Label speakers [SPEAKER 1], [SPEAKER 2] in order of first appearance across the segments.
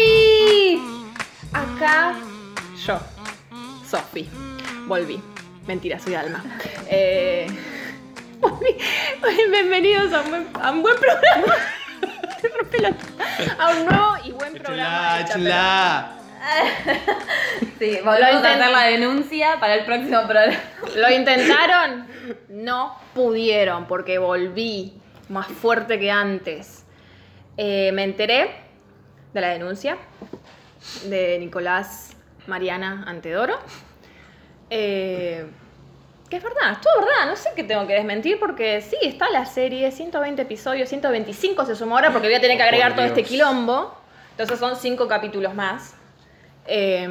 [SPEAKER 1] ¡Volví! Acá yo, Sofi, volví. Mentira, soy Alma. Eh, volví. Bienvenidos a un buen, a un buen programa. Te rompí la- A un nuevo y buen Este programa. de
[SPEAKER 2] Chula,
[SPEAKER 1] Chapela.
[SPEAKER 2] chula.
[SPEAKER 3] Sí, volvemos a
[SPEAKER 1] intenté.
[SPEAKER 3] hacer la denuncia para el próximo programa.
[SPEAKER 1] Lo intentaron, no pudieron porque volví más fuerte que antes. Eh, me enteré de la denuncia de Nicolás Mariana Antedoro. Eh, que es verdad, es todo verdad, no sé qué tengo que desmentir porque sí, está la serie, 120 episodios, 125 se sumó ahora porque voy a tener que agregar
[SPEAKER 2] Oh, Por
[SPEAKER 1] todo este
[SPEAKER 2] Dios.
[SPEAKER 1] quilombo. Entonces son cinco capítulos más. Eh,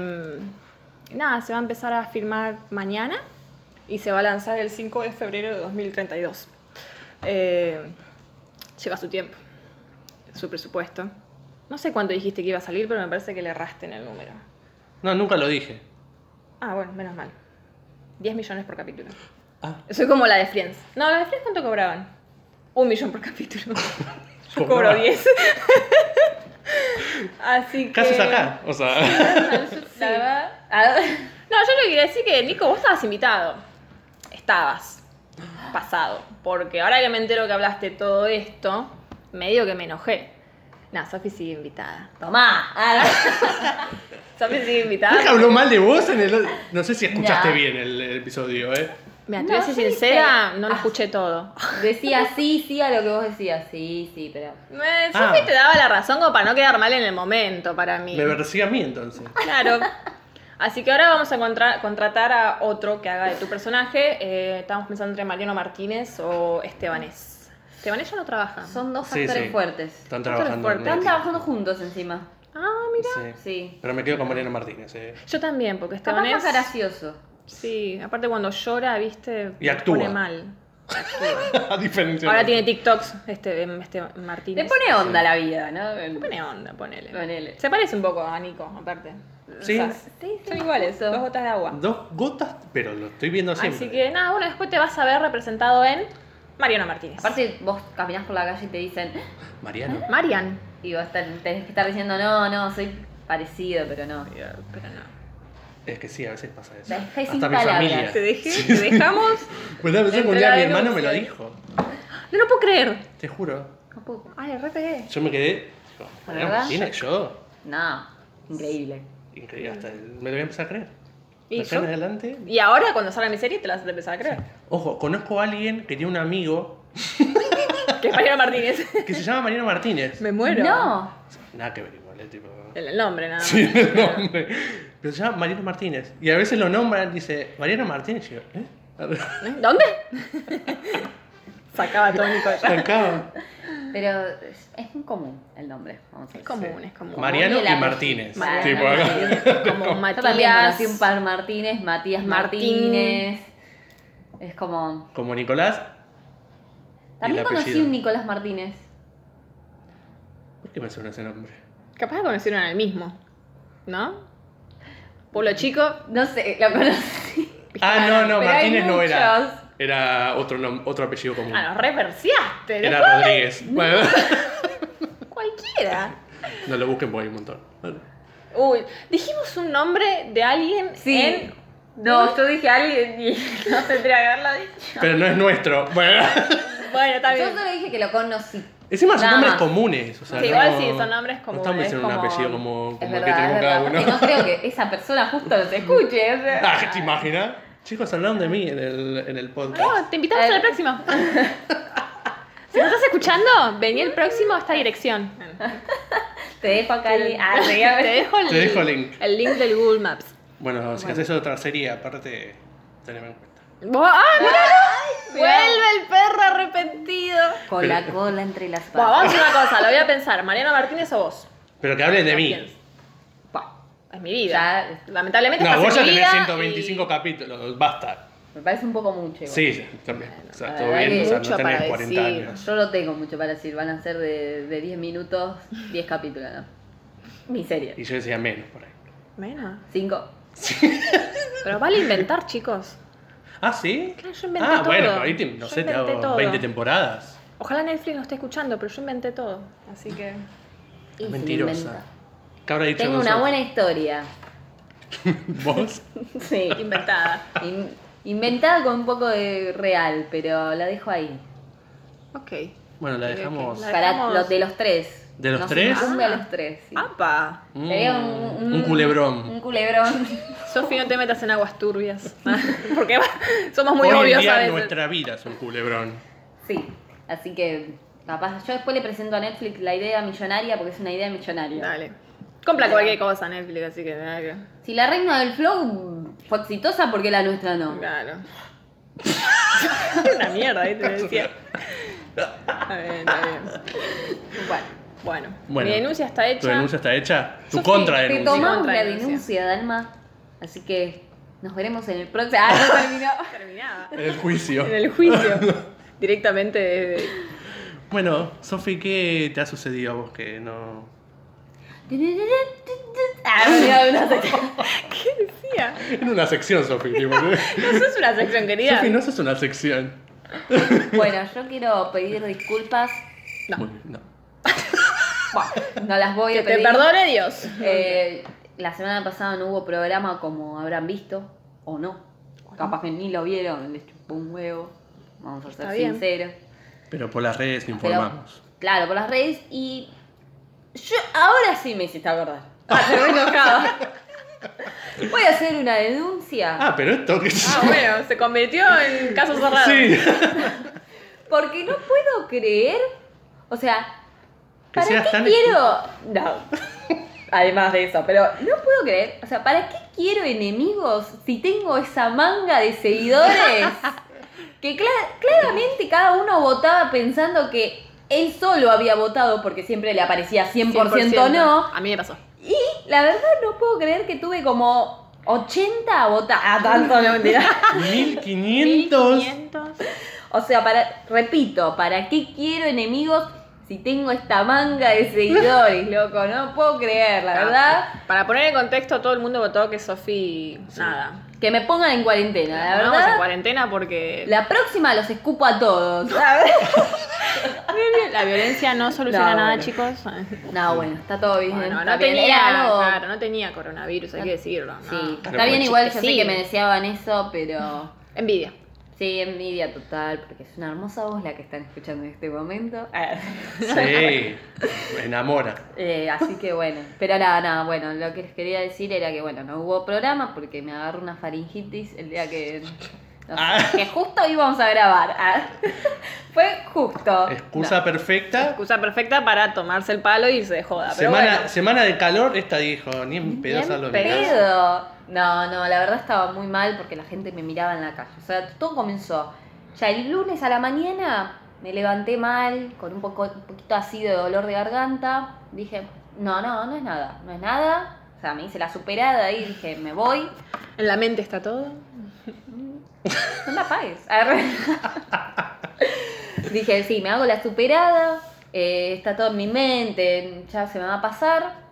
[SPEAKER 1] nada, se va a empezar a filmar mañana y se va a lanzar el 5 de febrero de 2032. Eh, lleva su tiempo, su presupuesto. No sé cuánto dijiste que iba a salir, pero me parece que le erraste en el número.
[SPEAKER 2] No, nunca lo dije.
[SPEAKER 1] Ah, bueno, menos mal. 10 millones por capítulo.
[SPEAKER 2] Ah,
[SPEAKER 1] Soy como la de Friends. No, la de Friends, ¿cuánto cobraban? Un millón por capítulo. Yo cobro
[SPEAKER 2] Cobraba.
[SPEAKER 1] 10. Así que...
[SPEAKER 2] casi acá. O sea,
[SPEAKER 3] La verdad.
[SPEAKER 1] No, yo lo que quería decir que, Nico, vos estabas invitado. Estabas. Pasado. Porque ahora que me entero que hablaste todo esto, medio que me enojé. No, Sofi sigue invitada.
[SPEAKER 3] Tomá. Ah,
[SPEAKER 1] Sofi sigue invitada.
[SPEAKER 2] nunca habló mal de vos en el. No sé si escuchaste
[SPEAKER 3] No.
[SPEAKER 2] bien el, el episodio, ¿eh?
[SPEAKER 1] Mira, te
[SPEAKER 3] No,
[SPEAKER 1] voy a ser
[SPEAKER 3] yo dije-
[SPEAKER 1] sincera, no lo
[SPEAKER 3] Ah.
[SPEAKER 1] escuché todo.
[SPEAKER 3] Decía sí, sí a lo que vos decías. Sí, sí, pero.
[SPEAKER 1] Me-
[SPEAKER 2] Ah.
[SPEAKER 1] Sofi te daba la razón como para no quedar mal en el momento, para mí.
[SPEAKER 2] Me persigue a mí entonces.
[SPEAKER 1] Claro. Así que ahora vamos a contra- contratar a otro que haga de tu personaje. Eh, estamos pensando entre Mariano Martínez o Estebanés. Estebanés ya no trabaja.
[SPEAKER 3] Son dos
[SPEAKER 2] Sí,
[SPEAKER 3] actores
[SPEAKER 2] sí.
[SPEAKER 3] fuertes.
[SPEAKER 2] Están
[SPEAKER 1] Otro
[SPEAKER 2] trabajando.
[SPEAKER 1] fuerte.
[SPEAKER 2] en
[SPEAKER 3] Están
[SPEAKER 2] Netflix.
[SPEAKER 3] trabajando juntos encima.
[SPEAKER 1] Ah, mira.
[SPEAKER 3] Sí.
[SPEAKER 2] Pero me quedo con Mariano Martínez, ¿eh?
[SPEAKER 1] Yo también, porque
[SPEAKER 3] Capaz
[SPEAKER 1] Estebanés...
[SPEAKER 3] más gracioso.
[SPEAKER 1] Sí, aparte cuando llora, viste,
[SPEAKER 2] Y
[SPEAKER 1] me
[SPEAKER 2] actúa.
[SPEAKER 1] pone mal.
[SPEAKER 2] A diferencia.
[SPEAKER 1] Ahora
[SPEAKER 2] de-
[SPEAKER 1] tiene TikToks este, em, este Martínez.
[SPEAKER 3] Le pone onda la vida, ¿no?
[SPEAKER 1] Le pone onda, ponele.
[SPEAKER 3] Ponele.
[SPEAKER 1] Se parece un poco a Nico, aparte.
[SPEAKER 2] Sí.
[SPEAKER 1] O sea,
[SPEAKER 3] Sí,
[SPEAKER 1] son iguales,
[SPEAKER 3] Eso.
[SPEAKER 1] dos gotas de agua.
[SPEAKER 2] Dos gotas, pero lo estoy viendo siempre.
[SPEAKER 1] Así que nada, bueno, después te vas a ver representado en Mariano Martínez.
[SPEAKER 3] Aparte, vos caminás por la calle y te dicen.
[SPEAKER 1] ¿eh?
[SPEAKER 2] Mariano.
[SPEAKER 1] Marian.
[SPEAKER 3] Y vos te- tenés que estar diciendo, no, no, soy parecido, pero no.
[SPEAKER 1] Pero no.
[SPEAKER 2] Es que sí, a veces pasa eso.
[SPEAKER 3] Dejé sin
[SPEAKER 2] Hasta mi
[SPEAKER 3] palabras.
[SPEAKER 2] familia.
[SPEAKER 1] Te dejé,
[SPEAKER 2] Sí,
[SPEAKER 1] te
[SPEAKER 2] sí.
[SPEAKER 1] dejamos.
[SPEAKER 2] Pues la persona
[SPEAKER 1] Entre
[SPEAKER 2] un día
[SPEAKER 1] la
[SPEAKER 2] mi hermano me lo
[SPEAKER 1] denuncia.
[SPEAKER 2] dijo.
[SPEAKER 1] No lo puedo creer.
[SPEAKER 2] Te juro.
[SPEAKER 3] No puedo-
[SPEAKER 1] Ay, re pegué.
[SPEAKER 2] Yo me quedé. digo, Mariano
[SPEAKER 3] ¿Verdad?
[SPEAKER 2] Martínez, yo.
[SPEAKER 3] No, increíble.
[SPEAKER 2] Increíble, hasta el- me lo voy a empezar a creer.
[SPEAKER 1] Mm. ¿Y
[SPEAKER 2] De acá en
[SPEAKER 1] yo?
[SPEAKER 2] adelante.
[SPEAKER 1] Y ahora cuando salga mi serie te la vas a empezar a creer.
[SPEAKER 2] Ojo, conozco a alguien que tiene un amigo
[SPEAKER 1] Que es Mariano Martínez.
[SPEAKER 2] que se llama Mariano Martínez.
[SPEAKER 1] Me muero.
[SPEAKER 3] No.
[SPEAKER 2] Nada que ver igual, eh, tipo.
[SPEAKER 1] El, el nombre nada más.
[SPEAKER 2] Sí, el nombre. Pero se llama Mariano Martínez. Y a veces lo nombran, dice Mariano Martínez. Y yo, ¿eh?
[SPEAKER 1] ¿Eh? ¿Dónde? Sacaba todo Nico de atrás.
[SPEAKER 2] Acá.
[SPEAKER 3] Pero es, es muy común el nombre, vamos a
[SPEAKER 1] Es
[SPEAKER 3] decir.
[SPEAKER 1] común, es común.
[SPEAKER 2] Mariano
[SPEAKER 3] Como el
[SPEAKER 2] y Martínez.
[SPEAKER 3] apellido.
[SPEAKER 2] Tipo,
[SPEAKER 3] Mariano
[SPEAKER 2] acá.
[SPEAKER 1] Como
[SPEAKER 3] Yo también
[SPEAKER 1] Matías.
[SPEAKER 3] conocí un par Martínez, Matías
[SPEAKER 1] Martín.
[SPEAKER 3] Martínez. Es como.
[SPEAKER 2] Como Nicolás. Y el
[SPEAKER 3] También conocí
[SPEAKER 2] apellido.
[SPEAKER 3] un Nicolás Martínez.
[SPEAKER 2] ¿Por qué me suena ese nombre?
[SPEAKER 1] Capaz que conocieron al mismo. ¿No? Pueblo chico.
[SPEAKER 3] No sé, lo conocí.
[SPEAKER 2] Ah, no, no,
[SPEAKER 3] Pero hay
[SPEAKER 2] Martínez no
[SPEAKER 3] muchos.
[SPEAKER 2] era. Era otro, nom- otro apellido común.
[SPEAKER 1] Ah, no, reversiaste.
[SPEAKER 2] Era Rodríguez. Bueno,
[SPEAKER 1] Cualquiera.
[SPEAKER 2] no lo busquen por ahí un montón.
[SPEAKER 1] Uy, dijimos un nombre de alguien
[SPEAKER 3] Sí.
[SPEAKER 1] en
[SPEAKER 3] No, yo dije a alguien y no tendría que haberlo dicho.
[SPEAKER 2] Pero no es nuestro. Bueno.
[SPEAKER 1] Bueno, está
[SPEAKER 3] Yo
[SPEAKER 1] bien.
[SPEAKER 3] solo dije que lo conocí.
[SPEAKER 2] Encima son
[SPEAKER 3] Nada
[SPEAKER 2] nombres
[SPEAKER 3] más.
[SPEAKER 2] comunes. O sea,
[SPEAKER 1] Sí,
[SPEAKER 2] no-
[SPEAKER 1] igual sí, son nombres
[SPEAKER 2] No
[SPEAKER 1] comunes,
[SPEAKER 2] estamos diciendo
[SPEAKER 1] como-
[SPEAKER 2] un apellido como, como
[SPEAKER 3] Es
[SPEAKER 2] el que
[SPEAKER 3] verdad, es
[SPEAKER 2] tenemos
[SPEAKER 3] verdad.
[SPEAKER 2] cada uno.
[SPEAKER 3] porque No creo que esa persona justo nos escuche. o sea.
[SPEAKER 2] Ah, ¿te imaginas? Chicos, hablaron de mí en el, en el podcast.
[SPEAKER 1] No, te invitamos a la
[SPEAKER 3] Eh.
[SPEAKER 1] próxima. Si nos estás escuchando, vení el próximo a esta dirección.
[SPEAKER 3] Te dejo acá el. Ah,
[SPEAKER 1] Te
[SPEAKER 3] sí, a ver.
[SPEAKER 1] dejo el,
[SPEAKER 2] Te dejo el link.
[SPEAKER 1] el link del Google Maps.
[SPEAKER 2] Bueno, si haces otra serie, aparte, teneme en cuenta.
[SPEAKER 1] Vos- ¡Ah, mirá!
[SPEAKER 3] mirá.
[SPEAKER 1] ¡Vuelve el perro arrepentido!
[SPEAKER 3] Con la cola entre las
[SPEAKER 1] Bueno,
[SPEAKER 3] patas.
[SPEAKER 1] vamos a hacer una cosa, lo voy a pensar. ¿Mariano Martínez o vos?
[SPEAKER 2] Pero que hablen de
[SPEAKER 1] Martínez.
[SPEAKER 2] mí.
[SPEAKER 3] Pa.
[SPEAKER 1] Es mi vida.
[SPEAKER 3] Ya.
[SPEAKER 1] Lamentablemente
[SPEAKER 2] No,
[SPEAKER 1] pasa
[SPEAKER 2] vos ya
[SPEAKER 1] mi
[SPEAKER 2] tenés
[SPEAKER 1] vida
[SPEAKER 2] 125
[SPEAKER 1] y-
[SPEAKER 2] capítulos, basta.
[SPEAKER 3] Me parece un poco mucho igual.
[SPEAKER 2] Sí, sí, también. O sea,
[SPEAKER 3] la
[SPEAKER 2] todo
[SPEAKER 3] verdad
[SPEAKER 2] bien,
[SPEAKER 3] que
[SPEAKER 2] o sea,
[SPEAKER 1] mucho
[SPEAKER 2] no
[SPEAKER 1] para
[SPEAKER 2] tenés 40
[SPEAKER 1] decir.
[SPEAKER 2] años.
[SPEAKER 3] Yo no tengo mucho para decir, van a ser de, de 10 minutos, 10 capítulos, ¿no? Mi
[SPEAKER 2] Y
[SPEAKER 3] serie.
[SPEAKER 2] yo decía menos por ahí.
[SPEAKER 1] Bueno,
[SPEAKER 3] 5.
[SPEAKER 1] pero vale inventar, chicos.
[SPEAKER 2] Ah, ¿sí?
[SPEAKER 1] Claro, yo inventé
[SPEAKER 2] Ah, bueno,
[SPEAKER 1] todo.
[SPEAKER 2] pero ahí te- no
[SPEAKER 1] Yo
[SPEAKER 2] sé, te
[SPEAKER 1] inventé
[SPEAKER 2] hago
[SPEAKER 1] todo.
[SPEAKER 2] 20 temporadas.
[SPEAKER 1] Ojalá Netflix no esté escuchando, pero yo inventé todo. Así que.
[SPEAKER 2] Mentirosa. ¿Qué habrá dicho
[SPEAKER 3] Tengo una
[SPEAKER 2] nosotros?
[SPEAKER 3] buena historia.
[SPEAKER 2] ¿Vos?
[SPEAKER 3] Sí.
[SPEAKER 1] Inventada.
[SPEAKER 3] In- inventada con un poco de real, pero la dejo ahí.
[SPEAKER 1] Ok.
[SPEAKER 2] Bueno, la
[SPEAKER 1] Ok, ok.
[SPEAKER 2] dejamos.
[SPEAKER 1] La-
[SPEAKER 3] Para
[SPEAKER 1] dejamos-
[SPEAKER 3] los de los tres.
[SPEAKER 2] ¿De los
[SPEAKER 3] Nos
[SPEAKER 2] tres?
[SPEAKER 3] incumbe a
[SPEAKER 1] Ah.
[SPEAKER 3] los tres. sí.
[SPEAKER 1] ¡Apa!
[SPEAKER 2] Mm,
[SPEAKER 3] Sería un, un-
[SPEAKER 2] un culebrón.
[SPEAKER 3] Un culebrón.
[SPEAKER 1] Sofi, no te metas en aguas turbias. Porque somos muy
[SPEAKER 2] Hoy en
[SPEAKER 1] obvios
[SPEAKER 2] día
[SPEAKER 1] a veces.
[SPEAKER 2] nuestra vida es un culebrón.
[SPEAKER 3] Sí. Así que, capaz. Yo después le presento a Netflix la idea millonaria porque es una idea millonaria.
[SPEAKER 1] Dale. Compra cualquier cosa Netflix, así que nada que.
[SPEAKER 3] Si la reina del flow fue exitosa, ¿por qué la nuestra no?
[SPEAKER 1] Claro. Una mierda, ¿viste? Te decía. Está bien, está bien.
[SPEAKER 3] Bueno,
[SPEAKER 1] Bueno,
[SPEAKER 2] Bueno,
[SPEAKER 1] mi denuncia está hecha.
[SPEAKER 2] ¿Tu denuncia está hecha? ¿Tu
[SPEAKER 1] Sofi,
[SPEAKER 3] te
[SPEAKER 2] contradenuncia?
[SPEAKER 3] tomamos
[SPEAKER 1] Contra
[SPEAKER 3] la
[SPEAKER 1] denuncia.
[SPEAKER 3] denuncia, Dalma. Así que nos veremos en el próximo. Ah, no terminó.
[SPEAKER 1] Terminada.
[SPEAKER 2] El juicio.
[SPEAKER 1] En el juicio. Directamente desde.
[SPEAKER 2] Bueno, Sofi, ¿qué te ha sucedido a vos que no...?
[SPEAKER 3] Ah, no, no, no, no.
[SPEAKER 1] ¿Qué decía?
[SPEAKER 2] En una sección, Sofi. tipo, ¿eh?
[SPEAKER 1] No sos una sección, querida.
[SPEAKER 2] Sofi, no sos una sección.
[SPEAKER 3] Bueno, yo quiero pedir disculpas.
[SPEAKER 1] No.
[SPEAKER 2] Muy bien, no.
[SPEAKER 3] Bueno, no las voy
[SPEAKER 1] Que
[SPEAKER 3] a
[SPEAKER 1] te
[SPEAKER 3] pedir.
[SPEAKER 1] perdone Dios.
[SPEAKER 3] Eh, la semana pasada no hubo programa como habrán visto, o no. Capaz que ni lo vieron, les chupó un huevo. Vamos a
[SPEAKER 1] Está
[SPEAKER 3] ser
[SPEAKER 1] bien.
[SPEAKER 3] sinceros.
[SPEAKER 2] Pero por las redes
[SPEAKER 3] Pero,
[SPEAKER 2] informamos.
[SPEAKER 3] claro, por las redes y. Yo ahora sí me hiciste acordar. Ah, pero me enojaba. Voy a hacer una denuncia
[SPEAKER 2] Ah, pero esto... que-
[SPEAKER 1] Ah, bueno, se convirtió en caso cerrado.
[SPEAKER 2] sí.
[SPEAKER 3] porque no puedo creer. O sea,
[SPEAKER 2] Que
[SPEAKER 3] ¿para
[SPEAKER 2] seas
[SPEAKER 3] qué
[SPEAKER 2] tan-
[SPEAKER 3] quiero.? No. Además de eso, pero no puedo creer. O sea, ¿para qué quiero enemigos si tengo esa manga de seguidores? Que cla- claramente cada uno votaba pensando que él solo había votado porque siempre le aparecía 100% no.
[SPEAKER 1] A mí me pasó.
[SPEAKER 3] Y la verdad no puedo creer que tuve como 80 botas. Ah, tanto no mentira.
[SPEAKER 2] 1500.
[SPEAKER 1] 500.
[SPEAKER 3] O sea, para, repito, ¿para qué quiero enemigos si tengo esta manga de seguidores, loco? No puedo creer, la verdad.
[SPEAKER 1] Para poner en contexto, todo el mundo votó que Sofi. Nada.
[SPEAKER 3] Que me pongan en cuarentena, la
[SPEAKER 1] Vamos en
[SPEAKER 3] verdad.
[SPEAKER 1] cuarentena porque.
[SPEAKER 3] La próxima los escupo a todos. A ver.
[SPEAKER 1] La violencia no soluciona
[SPEAKER 3] No,
[SPEAKER 1] nada,
[SPEAKER 3] bueno.
[SPEAKER 1] chicos.
[SPEAKER 3] No, bueno, está todo bien.
[SPEAKER 1] Bueno,
[SPEAKER 3] está
[SPEAKER 1] no
[SPEAKER 3] bien.
[SPEAKER 1] tenía,
[SPEAKER 3] Era algo-
[SPEAKER 1] claro, no tenía coronavirus, hay que decirlo. ¿no?
[SPEAKER 3] Sí,
[SPEAKER 2] Claro,
[SPEAKER 3] está bien
[SPEAKER 2] pues,
[SPEAKER 3] igual, yo sé
[SPEAKER 1] sí.
[SPEAKER 3] que me deseaban eso, pero...
[SPEAKER 1] Envidia.
[SPEAKER 3] Sí, envidia total, porque es una hermosa voz la que están escuchando en este momento.
[SPEAKER 2] Sí. Me enamora.
[SPEAKER 3] Eh, así que bueno, pero nada, nada, bueno, lo que les quería decir era que bueno, no hubo programa porque me agarró una faringitis el día que... no sé,
[SPEAKER 2] Ah.
[SPEAKER 3] que justo íbamos a grabar. Ah. Fue justo.
[SPEAKER 2] Excusa perfecta.
[SPEAKER 1] Excusa perfecta para tomarse el palo y irse de joda. Pero
[SPEAKER 2] semana,
[SPEAKER 1] bueno,
[SPEAKER 2] semana de calor, esta dijo, ni en
[SPEAKER 1] Ni en
[SPEAKER 2] pedo salgo de mi
[SPEAKER 1] pedo.
[SPEAKER 2] casa.
[SPEAKER 3] Pedo. No, no, la verdad estaba muy mal porque la gente me miraba en la calle. O sea, todo comenzó. Ya el lunes a la mañana me levanté mal, con un, poco, un poquito así de dolor de garganta. Dije, no, no, no es nada, no es nada. O sea, me hice la superada y dije, me voy.
[SPEAKER 1] en la mente está todo.
[SPEAKER 3] No la pagues. Arre. Dije, sí, me hago la superada, eh, está todo en mi mente, ya se me va a pasar.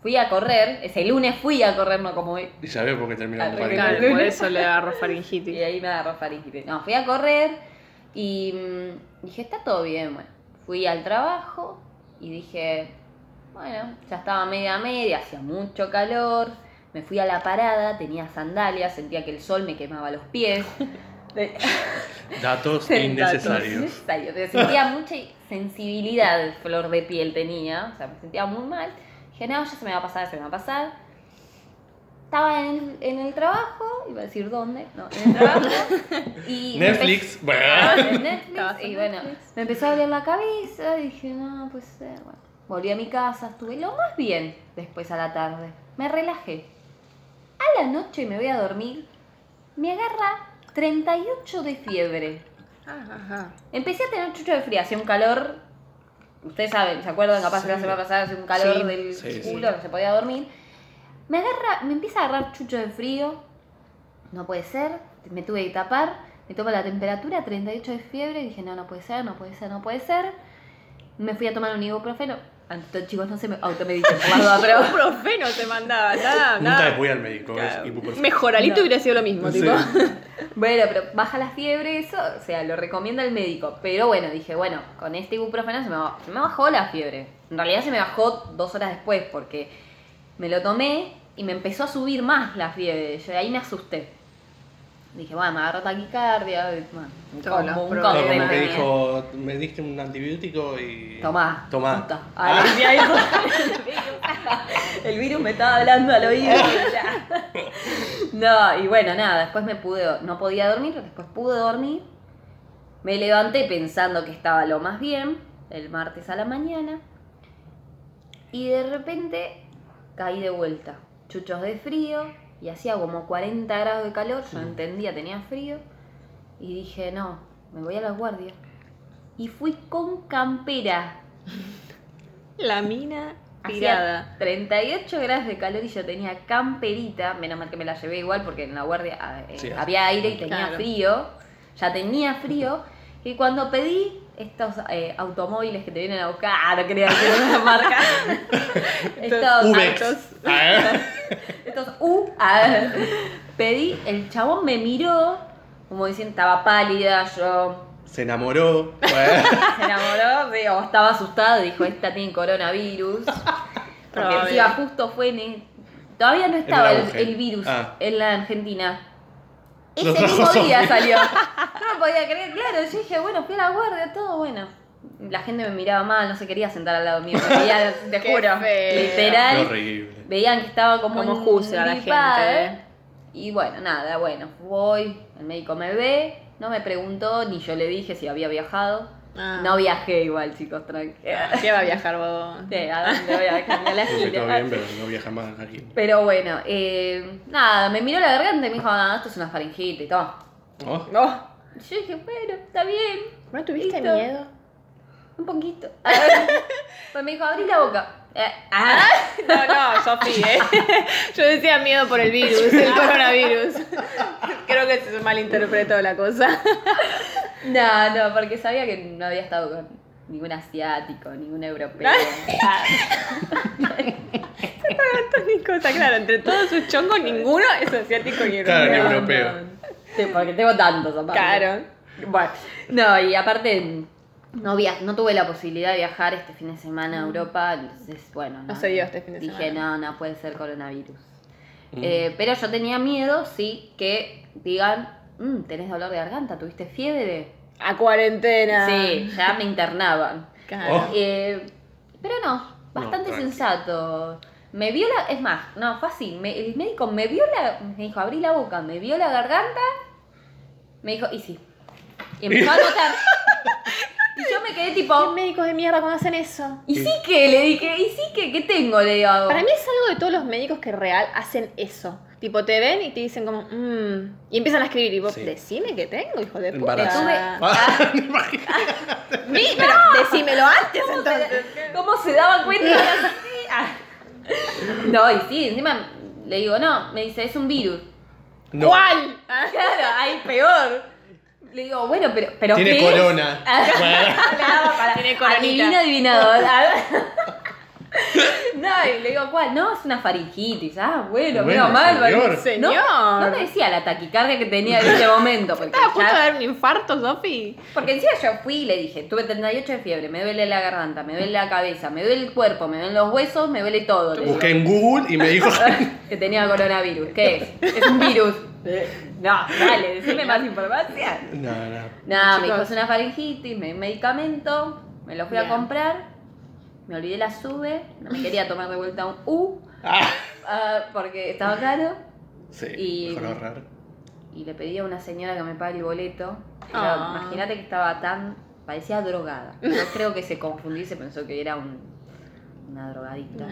[SPEAKER 3] Fui a correr, ese lunes fui a correr, no como hoy.
[SPEAKER 2] Y ya veo por qué terminó
[SPEAKER 3] Ah,
[SPEAKER 2] en
[SPEAKER 3] Porque
[SPEAKER 1] Claro,
[SPEAKER 2] cuarentena.
[SPEAKER 3] el
[SPEAKER 1] por
[SPEAKER 3] lunes-
[SPEAKER 1] eso le agarró
[SPEAKER 3] Y
[SPEAKER 1] faringitis.
[SPEAKER 3] ahí me agarró faringitis. No, fui a correr y mm, dije, está todo bien, bueno. Fui al trabajo y dije, bueno, ya estaba media a media, hacía mucho calor. Me fui a la parada, tenía sandalias, sentía que el sol me quemaba los pies.
[SPEAKER 2] Datos
[SPEAKER 3] Datos
[SPEAKER 2] innecesarios.
[SPEAKER 3] innecesarios. Pero sentía mucha sensibilidad, flor de piel tenía. O sea, me sentía muy mal. Dije, no, ya se me va a pasar, se me va a pasar. Estaba en el, en el trabajo, iba a decir dónde, no, en el trabajo. Y me
[SPEAKER 2] Netflix.
[SPEAKER 3] empezó-
[SPEAKER 2] bah.
[SPEAKER 3] estaba en Netflix,
[SPEAKER 1] Estabas en
[SPEAKER 3] y bueno,
[SPEAKER 1] Netflix.
[SPEAKER 3] me empezó a doler la cabeza. y Dije, no, pues ser, bueno. Volví a mi casa, estuve lo más bien después a la tarde. Me relajé. A la noche me voy a dormir. Me agarra 38 de fiebre.
[SPEAKER 1] Ajá, Ah, ajá.
[SPEAKER 3] Empecé a tener chucho de frío, hacía un calor. Ustedes saben, ¿se acuerdan? Capaz que la semana pasada hacía un calor
[SPEAKER 1] Sí,
[SPEAKER 3] del
[SPEAKER 2] sí,
[SPEAKER 3] culo,
[SPEAKER 1] sí.
[SPEAKER 3] no se podía dormir. Me agarra, me empieza a agarrar chucho de frío. No puede ser, me tuve que tapar. Me tomo la temperatura, 38 de fiebre. Dije, no, no puede ser, no puede ser, no puede ser. Me fui a tomar un ibuprofeno. Antes, chicos, no se me automediquen, por las dudas, pero-
[SPEAKER 1] Un profeno te mandaba, nada,
[SPEAKER 2] Nunca
[SPEAKER 1] nada.
[SPEAKER 2] después voy al médico.
[SPEAKER 1] Claro.
[SPEAKER 2] es ibuprofeno.
[SPEAKER 1] Mejoralito
[SPEAKER 3] No.
[SPEAKER 1] hubiera sido lo mismo,
[SPEAKER 2] Sí.
[SPEAKER 1] tipo.
[SPEAKER 3] Bueno, pero baja la fiebre, eso, o sea, lo recomienda el médico. Pero bueno, dije, bueno, con este ibuprofeno se me, ba- se me bajó la fiebre. En realidad se me bajó dos horas después porque me lo tomé y me empezó a subir más la fiebre. Yo de ahí me asusté. Dije, bueno, me agarró taquicardia. y, bueno, un
[SPEAKER 1] Todos los
[SPEAKER 3] combo, un
[SPEAKER 1] problemas.
[SPEAKER 2] Todo
[SPEAKER 3] combo,
[SPEAKER 2] como que
[SPEAKER 3] ¿eh?
[SPEAKER 2] dijo, me diste un antibiótico y.
[SPEAKER 3] Tomá.
[SPEAKER 2] Tomá.
[SPEAKER 3] puta.
[SPEAKER 2] Ah,
[SPEAKER 3] Ay, decía eso. El virus me estaba hablando al oído. ya. No, y bueno, nada, después me pude, no podía dormir, después pude dormir. Me levanté pensando que estaba lo más bien, el martes a la mañana. Y de repente caí de vuelta. Chuchos de frío y hacía como 40 grados de calor, yo entendía, tenía frío. Y dije, no, me voy a la guardia. Y fui con campera.
[SPEAKER 1] La mina
[SPEAKER 3] Hacía 38 grados de calor y yo tenía camperita. Menos mal que me la llevé igual porque en la guardia ah, eh,
[SPEAKER 2] Sí,
[SPEAKER 3] había aire y tenía
[SPEAKER 1] claro.
[SPEAKER 3] frío. Ya tenía frío. Y cuando pedí estos eh, automóviles que te vienen a buscar, ah, no quería decir una marca. estos,
[SPEAKER 2] Ubex.
[SPEAKER 3] autos-
[SPEAKER 2] Ah, ¿eh?
[SPEAKER 3] estos U, a ver, pedí, el chabón me miró, como diciendo, estaba pálida, yo
[SPEAKER 2] Se enamoró. Bueno.
[SPEAKER 3] se enamoró, sí, o estaba asustada, dijo, esta tiene coronavirus. Porque
[SPEAKER 1] Probable.
[SPEAKER 3] encima justo fue en el- Todavía no estaba
[SPEAKER 2] el
[SPEAKER 3] el,
[SPEAKER 2] auge.
[SPEAKER 3] el virus
[SPEAKER 2] Ah.
[SPEAKER 3] en la Argentina.
[SPEAKER 2] Lo
[SPEAKER 3] Ese
[SPEAKER 2] trajo
[SPEAKER 3] mismo día
[SPEAKER 2] Sofía.
[SPEAKER 3] salió. No lo podía creer, claro. Yo dije, bueno, fui a la guardia, todo bueno. La gente me miraba mal, no se quería sentar al lado mío. me veía, te
[SPEAKER 1] Qué
[SPEAKER 3] juro.
[SPEAKER 1] feo.
[SPEAKER 2] Qué
[SPEAKER 3] Literal
[SPEAKER 2] horrible.
[SPEAKER 3] veían que estaba como,
[SPEAKER 1] Como juzga la
[SPEAKER 3] engripada,
[SPEAKER 1] gente.
[SPEAKER 3] Y bueno, nada, bueno, voy, el médico me ve, no me preguntó, ni yo le dije si había viajado.
[SPEAKER 1] Ah.
[SPEAKER 3] No viajé igual, chicos, tranqui.
[SPEAKER 1] ¿Qué va a viajar vos?
[SPEAKER 3] Sí, ¿A dónde voy a viajar? Ni a la
[SPEAKER 2] Porque todo
[SPEAKER 3] China.
[SPEAKER 2] bien, pero no viaja más aquí.
[SPEAKER 3] Pero bueno, eh, nada, me miró la garganta y me dijo, ah, esto es una faringita y todo.
[SPEAKER 2] Oh,
[SPEAKER 1] Oh,
[SPEAKER 3] Yo dije, bueno, está bien,
[SPEAKER 1] ¿No tuviste
[SPEAKER 3] Listo.
[SPEAKER 1] miedo?
[SPEAKER 3] un poquito. pues me dijo, abrí la boca. Eh, ah.
[SPEAKER 1] No, no, Sofi, ¿eh? Yo decía miedo por el virus, el coronavirus. Creo que se malinterpretó la cosa.
[SPEAKER 3] No, no, porque sabía que no había estado con ningún asiático, ningún europeo.
[SPEAKER 1] Ni cosa, claro, entre todos sus chongos, ninguno es asiático ni
[SPEAKER 2] Claro, ni
[SPEAKER 1] europeo.
[SPEAKER 2] europeo.
[SPEAKER 3] Sí, porque tengo tantos aparte.
[SPEAKER 1] Claro.
[SPEAKER 3] Bueno, no, y aparte no via no tuve la posibilidad de viajar este fin de semana a Europa, entonces bueno,
[SPEAKER 1] Mm. No se dio este fin de
[SPEAKER 3] dije,
[SPEAKER 1] semana.
[SPEAKER 3] no, no puede ser coronavirus.
[SPEAKER 2] Mm.
[SPEAKER 3] Eh, pero yo tenía miedo, sí, que digan, "Mm, tenés dolor de garganta, tuviste fiebre.
[SPEAKER 1] A cuarentena.
[SPEAKER 3] Sí, ya me internaban.
[SPEAKER 1] Claro.
[SPEAKER 3] Eh, pero no, bastante
[SPEAKER 2] No, tranqui.
[SPEAKER 3] sensato. Me vio la. Es más, no, fue así. me- el médico me vio la. Me dijo, abrí la boca, me vio la garganta. Me dijo, y sí. Y empezó a notar. y yo me quedé
[SPEAKER 2] Oh.
[SPEAKER 3] tipo.
[SPEAKER 1] médicos de mierda cuando hacen eso?
[SPEAKER 3] ¿Y sí que? Le dije, ¿y sí que? ¿Qué tengo? Le digo.
[SPEAKER 1] Para mí es algo de todos los médicos que real hacen eso. Tipo, te ven y te dicen como, mmm. Y empiezan a escribir y vos,
[SPEAKER 2] Sí.
[SPEAKER 1] decime qué tengo, hijo de puta.
[SPEAKER 2] Embarazo.
[SPEAKER 1] Tuve-
[SPEAKER 2] Ah, me imagino.
[SPEAKER 1] Vi, pero decímelo antes
[SPEAKER 3] ¿Cómo se,
[SPEAKER 1] entonces.
[SPEAKER 3] ¿Cómo se daban cuenta? Ah. No, y sí, encima le digo, no, me dice, es un virus.
[SPEAKER 2] No.
[SPEAKER 1] ¿Cuál? Ah,
[SPEAKER 3] Claro, ahí peor. Le digo, bueno, pero. pero
[SPEAKER 2] Tiene
[SPEAKER 3] ¿qué Ah. es?".
[SPEAKER 2] corona.
[SPEAKER 3] Le daba para-
[SPEAKER 1] Tiene coronita.
[SPEAKER 3] Adivina, adivinador. A ver. No, y le digo, ¿cuál? No, es una faringitis. Ah, bueno,
[SPEAKER 2] Bueno,
[SPEAKER 3] menos mal.
[SPEAKER 2] señor.
[SPEAKER 3] vale.
[SPEAKER 1] Señor.
[SPEAKER 3] No, no me decía la taquicardia que tenía en ese momento. Porque,
[SPEAKER 1] ¿Estás a punto
[SPEAKER 3] ya-
[SPEAKER 1] de dar un infarto, Sofi?
[SPEAKER 3] porque encima yo fui y le dije, tuve 38 de fiebre, me duele la garganta, me duele la cabeza, me duele el cuerpo, me duelen los huesos, me duele todo. le digo.
[SPEAKER 2] Busqué en Google y me dijo.
[SPEAKER 3] que tenía coronavirus. ¿Qué es? Es un virus. No, dale, decime más información.
[SPEAKER 2] No, no.
[SPEAKER 3] Nada,
[SPEAKER 1] Chicos.
[SPEAKER 3] me dijo es una faringitis, me di medicamento, me lo fui a
[SPEAKER 1] Bien.
[SPEAKER 3] comprar, me olvidé la sube, no me quería tomar de vuelta un U
[SPEAKER 2] Ah,
[SPEAKER 3] ah, porque estaba caro
[SPEAKER 2] sí,
[SPEAKER 3] Y-
[SPEAKER 2] mejor ahorrar.
[SPEAKER 3] y le pedí a una señora que me pague el boleto. Era-
[SPEAKER 1] Ah.
[SPEAKER 3] Imagínate que estaba tan, parecía drogada. Yo creo que se confundió y se pensó que era un, una drogadita.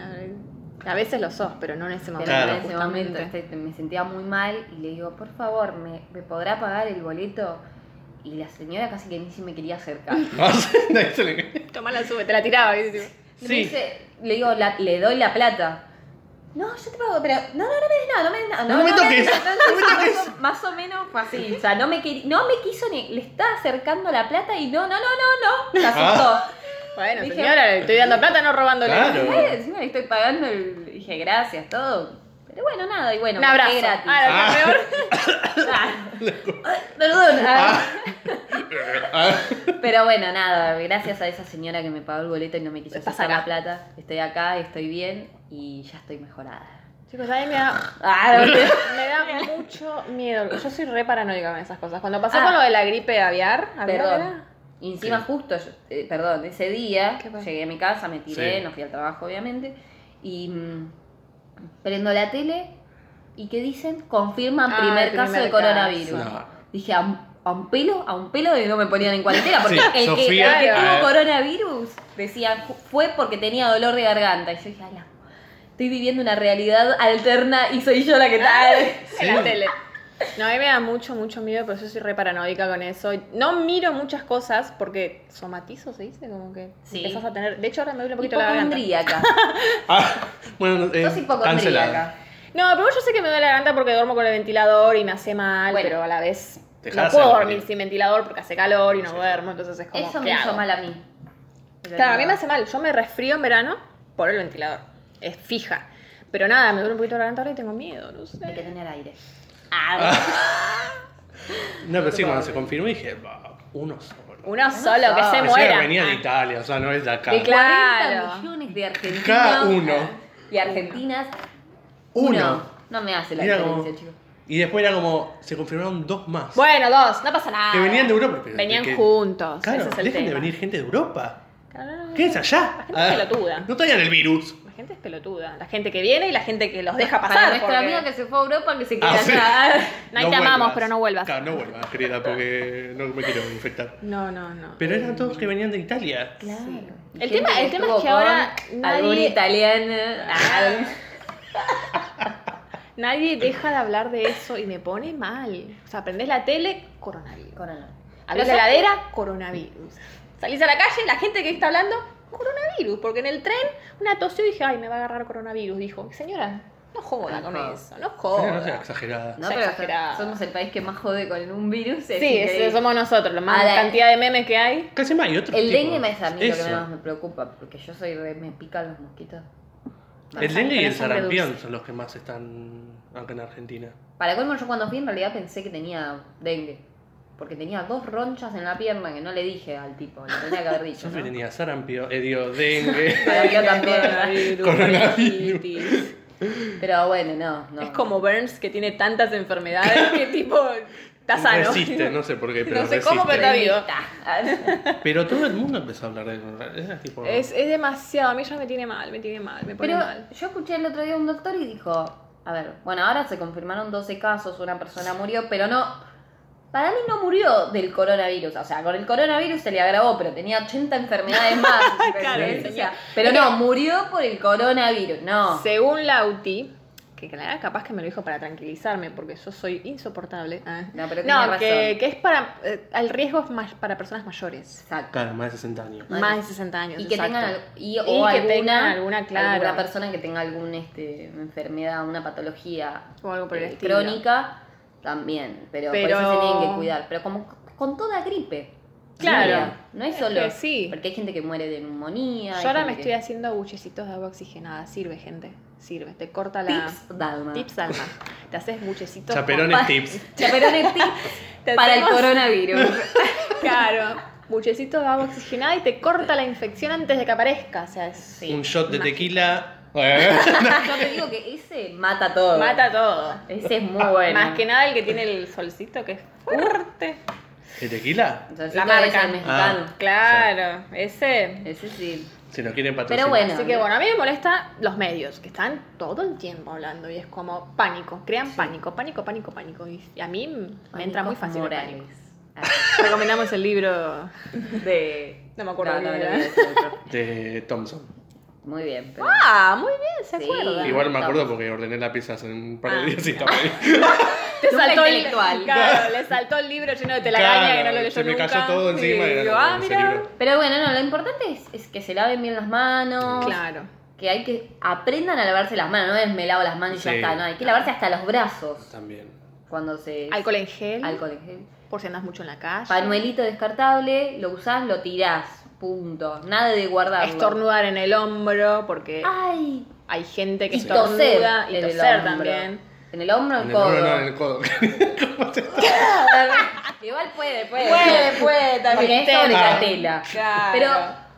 [SPEAKER 1] A veces lo sos, pero no en ese
[SPEAKER 3] Pero
[SPEAKER 1] momento.
[SPEAKER 2] Claro.
[SPEAKER 3] en ese momento este, me sentía muy mal y le digo, por favor, ¿me, ¿me podrá pagar el boleto? Y la señora casi que ni se me quería acercar.
[SPEAKER 2] No, no, eso le-
[SPEAKER 1] Tomá este, la sube, te la tiraba. ¿viste?
[SPEAKER 3] Me
[SPEAKER 2] Sí.
[SPEAKER 3] dice- le digo, la- le doy la plata. No, yo te pago, pero no, no, no me des nada, no me des nada.
[SPEAKER 2] No me toques,
[SPEAKER 3] des nada. más, o, más o menos fue así. O sea, no me, queri- no me quiso ni. Le estaba acercando la plata y no, no, no, no, no. Se asustó.
[SPEAKER 2] Ah.
[SPEAKER 1] Bueno,
[SPEAKER 3] Dije-
[SPEAKER 1] señora, le estoy dando plata, no robándole.
[SPEAKER 2] Claro.
[SPEAKER 3] Eh, Encima le estoy pagando el. Dije, gracias, todo. Pero bueno, nada, y bueno,
[SPEAKER 1] Un
[SPEAKER 3] me quedé
[SPEAKER 1] abrazo.
[SPEAKER 3] gratis.
[SPEAKER 1] Ah, lo que
[SPEAKER 2] Ah.
[SPEAKER 1] peor.
[SPEAKER 3] Ah. Ay, Perdón. ah.
[SPEAKER 2] Ah,
[SPEAKER 3] Pero bueno, nada, gracias a esa señora que me pagó el boleto y no me quiso
[SPEAKER 1] Estás
[SPEAKER 3] sacar la
[SPEAKER 1] acá.
[SPEAKER 3] plata. Estoy acá, estoy bien y ya estoy mejorada.
[SPEAKER 1] Chicos, a mí me da,
[SPEAKER 3] Ah, no, pero-
[SPEAKER 1] me da mucho miedo. Yo soy re paranoica con esas cosas. Cuando pasó
[SPEAKER 3] Ah.
[SPEAKER 1] con lo de la gripe aviar, ¿aviar
[SPEAKER 3] Perdón.
[SPEAKER 1] era?
[SPEAKER 3] Y encima
[SPEAKER 2] Sí.
[SPEAKER 3] justo, yo- eh, perdón, ese día
[SPEAKER 1] ¿Qué pasó?
[SPEAKER 3] llegué a mi casa, me tiré,
[SPEAKER 2] Sí.
[SPEAKER 3] no fui al trabajo obviamente, y mm, prendo la tele y ¿qué dicen? Confirman
[SPEAKER 1] Ah,
[SPEAKER 3] primer,
[SPEAKER 1] el
[SPEAKER 3] caso
[SPEAKER 1] primer
[SPEAKER 3] de coronavirus.
[SPEAKER 1] caso.
[SPEAKER 2] No.
[SPEAKER 3] Dije, a un, a un pelo, a un pelo de no me ponían en cuarentena, porque
[SPEAKER 2] Sí,
[SPEAKER 3] el, que,
[SPEAKER 2] Sofía, eh,
[SPEAKER 3] el que
[SPEAKER 2] a ver.
[SPEAKER 3] tuvo coronavirus, decían, "Fu- fue porque tenía dolor de garganta. Y yo dije, ay, la- estoy viviendo una realidad alterna y soy yo la
[SPEAKER 1] Ah.
[SPEAKER 3] que tal.
[SPEAKER 1] En la
[SPEAKER 2] Sí.
[SPEAKER 1] tele. No, a mí me da mucho, mucho miedo, pero yo soy re paranoica con eso. No miro muchas cosas porque somatizo, se dice, como que
[SPEAKER 3] Sí.
[SPEAKER 1] empezás a tener... De hecho, ahora me duele un poquito la garganta.
[SPEAKER 3] Hipocondríaca.
[SPEAKER 2] Ah, bueno, eh,
[SPEAKER 3] Sos hipocondríaca.
[SPEAKER 2] cancelada.
[SPEAKER 1] No, pero yo sé que me duele la garganta porque duermo con el ventilador y me hace mal,
[SPEAKER 3] Bueno.
[SPEAKER 1] pero a la vez
[SPEAKER 2] Dejá de
[SPEAKER 1] no puedo
[SPEAKER 2] hacer
[SPEAKER 1] dormir
[SPEAKER 2] ruido.
[SPEAKER 1] sin ventilador porque hace calor y no
[SPEAKER 2] Sí.
[SPEAKER 1] duermo, entonces es como
[SPEAKER 3] Eso
[SPEAKER 1] ¿qué
[SPEAKER 3] me hizo
[SPEAKER 1] hago?
[SPEAKER 3] mal a mí.
[SPEAKER 1] Claro, a mí me hace mal. Yo me resfrío en verano por el ventilador. Es fija. Pero nada, me duele un poquito la garganta ahora y tengo miedo, no
[SPEAKER 3] Hay que
[SPEAKER 1] sé.
[SPEAKER 3] tener aire.
[SPEAKER 1] Ah,
[SPEAKER 3] Ah,
[SPEAKER 2] No, pero sí, cuando se confirmó dije, va, uno solo.
[SPEAKER 3] Ah,
[SPEAKER 1] Uno solo, que se
[SPEAKER 3] sabe.
[SPEAKER 2] Encima
[SPEAKER 1] muera.
[SPEAKER 2] venía de Italia, o sea, no es de acá.
[SPEAKER 3] De
[SPEAKER 1] Claro.
[SPEAKER 3] 40 millones de argentinos.
[SPEAKER 2] Cada uno.
[SPEAKER 3] Y argentinas.
[SPEAKER 2] Uno.
[SPEAKER 3] No me hace la
[SPEAKER 2] Mira
[SPEAKER 3] diferencia,
[SPEAKER 2] como-
[SPEAKER 3] chicos.
[SPEAKER 2] Y después era como, se confirmaron dos más.
[SPEAKER 1] Bueno, dos, no pasa nada.
[SPEAKER 2] que venían de Europa. pero
[SPEAKER 1] Venían
[SPEAKER 2] de que-
[SPEAKER 1] juntos,
[SPEAKER 2] Claro,
[SPEAKER 1] ese es el
[SPEAKER 2] dejen
[SPEAKER 1] tema.
[SPEAKER 2] de venir gente de Europa.
[SPEAKER 1] Claro, no, no.
[SPEAKER 2] ¿Qué es allá?
[SPEAKER 1] gente
[SPEAKER 2] Ah,
[SPEAKER 1] pelotuda.
[SPEAKER 2] No traigan el virus.
[SPEAKER 1] La gente es pelotuda. La gente que viene y la gente que los deja pasar.
[SPEAKER 3] Para nuestra
[SPEAKER 1] porque-
[SPEAKER 3] amiga que se fue a Europa, que se queda
[SPEAKER 2] Ah, sí.
[SPEAKER 3] allá.
[SPEAKER 1] Nay, te amamos,
[SPEAKER 2] vuelvas.
[SPEAKER 1] pero no vuelvas.
[SPEAKER 2] Claro, no vuelvas, querida, porque no me quiero infectar.
[SPEAKER 1] No, no, no.
[SPEAKER 2] Pero eran todos que venían de Italia.
[SPEAKER 3] Claro.
[SPEAKER 1] El
[SPEAKER 3] Gente
[SPEAKER 1] tema- el tema es
[SPEAKER 3] estuvo
[SPEAKER 1] que ahora
[SPEAKER 3] con
[SPEAKER 1] nadie-
[SPEAKER 3] Algún italiano. Ah,
[SPEAKER 1] Nadie deja de hablar de eso y me pone mal. O sea, prendés la tele, coronavirus.
[SPEAKER 3] corona.
[SPEAKER 1] Abrís la heladera, coronavirus. Salís a la calle, la gente que está hablando, coronavirus. Porque en el tren una tosió y dije, ay, me va a agarrar coronavirus. Dijo, señora, no joda con
[SPEAKER 3] Ajá.
[SPEAKER 1] eso, no
[SPEAKER 2] Señora, no sea
[SPEAKER 1] joda.
[SPEAKER 2] exagerada.
[SPEAKER 3] No,
[SPEAKER 1] Ya
[SPEAKER 3] pero
[SPEAKER 1] exagerada.
[SPEAKER 3] somos el país que más jode con un virus. es
[SPEAKER 1] Sí,
[SPEAKER 3] increíble.
[SPEAKER 1] ese somos nosotros, la más
[SPEAKER 3] A la-
[SPEAKER 1] cantidad de memes que hay.
[SPEAKER 2] Casi más hay otro.
[SPEAKER 3] El
[SPEAKER 2] tipo.
[SPEAKER 3] dengue me es a mí lo
[SPEAKER 2] Eso.
[SPEAKER 3] que más me preocupa, porque yo soy re- me pican los mosquitos.
[SPEAKER 2] El dengue y
[SPEAKER 1] Pero
[SPEAKER 2] el
[SPEAKER 1] son reduc-
[SPEAKER 2] sarampión son los que más están acá en Argentina.
[SPEAKER 3] Para colmo, yo cuando fui en realidad pensé que tenía dengue. Porque tenía dos ronchas en la pierna que no le dije al tipo, le tenía que haber dicho.
[SPEAKER 2] Yo
[SPEAKER 3] ¿no?
[SPEAKER 2] tenía sarampión, eh, digo, dengue.
[SPEAKER 3] Para yo también.
[SPEAKER 1] Coronavirus.
[SPEAKER 3] Pero bueno, no, no.
[SPEAKER 1] Es como Burns que tiene tantas enfermedades que tipo está sano.
[SPEAKER 2] Resiste, no sé por qué, pero
[SPEAKER 1] No sé cómo,
[SPEAKER 2] resiste.
[SPEAKER 1] pero está vivo.
[SPEAKER 2] Pero todo el mundo empezó a hablar de coronavirus. Era tipo,
[SPEAKER 1] Es, es demasiado, a mí ya me tiene mal, me tiene mal, me pone
[SPEAKER 3] Pero
[SPEAKER 1] mal.
[SPEAKER 3] yo escuché el otro día a un doctor y dijo, a ver, bueno, ahora se confirmaron 12 casos, una persona murió, pero no... Para mí no murió del coronavirus, o sea, con el coronavirus se le agravó, pero tenía 80 enfermedades más.
[SPEAKER 1] Claro,
[SPEAKER 3] ¿entendés? O sea,
[SPEAKER 1] tenía-
[SPEAKER 3] pero
[SPEAKER 1] tenía-
[SPEAKER 3] no, murió por el coronavirus, no.
[SPEAKER 1] Según Lauti, que la verdad capaz que me lo dijo para tranquilizarme, porque yo soy insoportable. ah.
[SPEAKER 3] No, pero tenía
[SPEAKER 1] No, que,
[SPEAKER 3] razón.
[SPEAKER 1] que es para. eh, el riesgo es más para personas mayores.
[SPEAKER 3] Exacto.
[SPEAKER 2] Claro, más de 60 años.
[SPEAKER 3] Vale.
[SPEAKER 1] Más de 60 años.
[SPEAKER 3] y que
[SPEAKER 1] exacto.
[SPEAKER 3] tengan al- y,
[SPEAKER 1] Y
[SPEAKER 3] o
[SPEAKER 1] que
[SPEAKER 3] alguna,
[SPEAKER 1] tengan alguna, claro.
[SPEAKER 3] alguna persona que tenga alguna este, enfermedad, una patología
[SPEAKER 1] O algo por el
[SPEAKER 3] eh,
[SPEAKER 1] estilo.
[SPEAKER 3] crónica también, pero,
[SPEAKER 1] Pero-
[SPEAKER 3] por eso se tienen que cuidar, pero como c- con toda gripe.
[SPEAKER 1] Claro.
[SPEAKER 3] Mira, No es
[SPEAKER 1] Es
[SPEAKER 3] solo
[SPEAKER 1] que sí.
[SPEAKER 3] porque hay gente que muere de neumonía. hay
[SPEAKER 1] Yo ahora me
[SPEAKER 3] gente
[SPEAKER 1] estoy
[SPEAKER 3] que-
[SPEAKER 1] haciendo buchecitos de agua oxigenada. Sirve, gente. Sirve. Te corta la.
[SPEAKER 3] tips Dalma.
[SPEAKER 1] Tips alma. Te haces buchecitos. con-
[SPEAKER 2] Chaperones tips.
[SPEAKER 3] Chaperones
[SPEAKER 1] Te
[SPEAKER 3] tips para el
[SPEAKER 1] hacemos-
[SPEAKER 3] coronavirus.
[SPEAKER 1] Claro. Buchecitos de agua oxigenada y te corta la infección antes de que aparezca. O sea, es.
[SPEAKER 2] Un shot de
[SPEAKER 1] Mágico.
[SPEAKER 2] tequila.
[SPEAKER 3] Yo te digo que ese mata todo.
[SPEAKER 1] Mata todo.
[SPEAKER 3] Ese es muy bueno. Uh.
[SPEAKER 1] Más que nada el que tiene el solcito que es fuerte.
[SPEAKER 2] ¿De tequila?
[SPEAKER 3] Entonces,
[SPEAKER 1] la
[SPEAKER 3] esto es
[SPEAKER 1] marca.
[SPEAKER 3] el mexicano.
[SPEAKER 1] Ah. Claro, ese.
[SPEAKER 3] Ese sí.
[SPEAKER 2] Si nos quieren patrocinar.
[SPEAKER 3] Pero bueno.
[SPEAKER 1] Así que bueno, a mí me molesta los medios, que están todo el tiempo hablando y es como pánico, crean pánico, pánico, pánico, pánico. Y y a mí me entra muy fácil el
[SPEAKER 3] Morales.
[SPEAKER 1] pánico.
[SPEAKER 3] Ah.
[SPEAKER 1] Recomendamos el libro
[SPEAKER 3] De.
[SPEAKER 1] No me acuerdo
[SPEAKER 3] No, no,
[SPEAKER 1] bien,
[SPEAKER 3] no,
[SPEAKER 1] ¿eh?
[SPEAKER 3] no, no.
[SPEAKER 2] De Thompson.
[SPEAKER 3] Muy bien. Pero...
[SPEAKER 1] Ah, muy bien, se
[SPEAKER 3] Sí.
[SPEAKER 1] acuerda.
[SPEAKER 3] Ah,
[SPEAKER 2] Igual me acuerdo
[SPEAKER 3] Thompson.
[SPEAKER 2] porque ordené la pizza hace un par
[SPEAKER 1] Ah,
[SPEAKER 2] de días y
[SPEAKER 1] mira.
[SPEAKER 2] estaba ahí.
[SPEAKER 1] Te
[SPEAKER 3] Nunca
[SPEAKER 1] saltó el
[SPEAKER 3] intelectual.
[SPEAKER 1] Claro, le saltó el libro lleno de telaraña que no lo
[SPEAKER 2] Claro,
[SPEAKER 1] leyó
[SPEAKER 2] se me
[SPEAKER 1] nunca.
[SPEAKER 2] cayó todo
[SPEAKER 1] Sí,
[SPEAKER 2] encima y era
[SPEAKER 1] digo,
[SPEAKER 2] como
[SPEAKER 1] ah,
[SPEAKER 2] ese
[SPEAKER 1] mira.
[SPEAKER 2] libro.
[SPEAKER 3] Pero bueno, no, lo importante es, es que se laven bien las manos.
[SPEAKER 1] Claro.
[SPEAKER 3] Que hay que aprendan a lavarse las manos, no es me lavo las manos y ya
[SPEAKER 2] Sí.
[SPEAKER 3] está, no, hay que lavarse hasta los brazos
[SPEAKER 2] También.
[SPEAKER 3] cuando se.
[SPEAKER 1] Alcohol en gel,
[SPEAKER 3] Alcohol en gel.
[SPEAKER 1] por si andas mucho en la calle.
[SPEAKER 3] Panuelito descartable, lo usás, lo tirás. Punto. Nada de guardarlo.
[SPEAKER 1] Estornudar en el hombro, porque
[SPEAKER 3] Ay.
[SPEAKER 1] hay gente que
[SPEAKER 3] Y toser.
[SPEAKER 1] estornuda y
[SPEAKER 3] en el
[SPEAKER 1] Ah. toser
[SPEAKER 3] hombro.
[SPEAKER 1] también.
[SPEAKER 3] En el hombro, el
[SPEAKER 2] En el
[SPEAKER 3] codo.
[SPEAKER 2] hombro, no, en el codo.
[SPEAKER 3] A ver, Ah, Igual puede, puede.
[SPEAKER 1] Puede, puede
[SPEAKER 3] Porque
[SPEAKER 1] también.
[SPEAKER 3] es sobre la
[SPEAKER 2] Ah.
[SPEAKER 3] tela.
[SPEAKER 1] Claro.
[SPEAKER 3] Pero,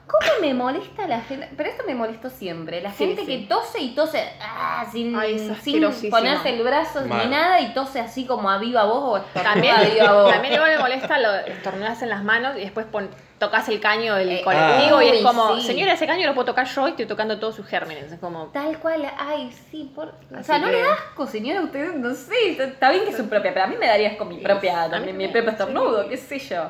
[SPEAKER 3] ¿cómo me molesta la gente? Pero esto me molestó siempre. La
[SPEAKER 1] Sí,
[SPEAKER 3] gente
[SPEAKER 1] sí.
[SPEAKER 3] que tose y tose ah, sin,
[SPEAKER 1] Ay, es
[SPEAKER 3] sin
[SPEAKER 1] asquerosísimo.
[SPEAKER 3] ponerse el brazo ni
[SPEAKER 2] Mal.
[SPEAKER 3] nada y tose así como a viva voz o estornuda
[SPEAKER 1] También,
[SPEAKER 3] a viva voz.
[SPEAKER 1] también igual me molesta lo estornudas en las manos y después pon- tocas el caño del
[SPEAKER 3] Eh,
[SPEAKER 1] colectivo y
[SPEAKER 3] uy,
[SPEAKER 1] es como,
[SPEAKER 3] sí.
[SPEAKER 1] señora, ese caño lo puedo tocar yo y estoy tocando todos sus gérmenes. Es como,
[SPEAKER 3] Tal cual, ay, sí, por... O
[SPEAKER 1] Así
[SPEAKER 3] sea, no
[SPEAKER 1] que-
[SPEAKER 3] le da asco, señora, usted, no sé, está bien que es su propia, pero a mí me daría asco mi
[SPEAKER 1] A
[SPEAKER 3] propia,
[SPEAKER 1] mí
[SPEAKER 3] también, mi
[SPEAKER 1] también,
[SPEAKER 3] propio estornudo,
[SPEAKER 1] sí.
[SPEAKER 3] qué sé yo.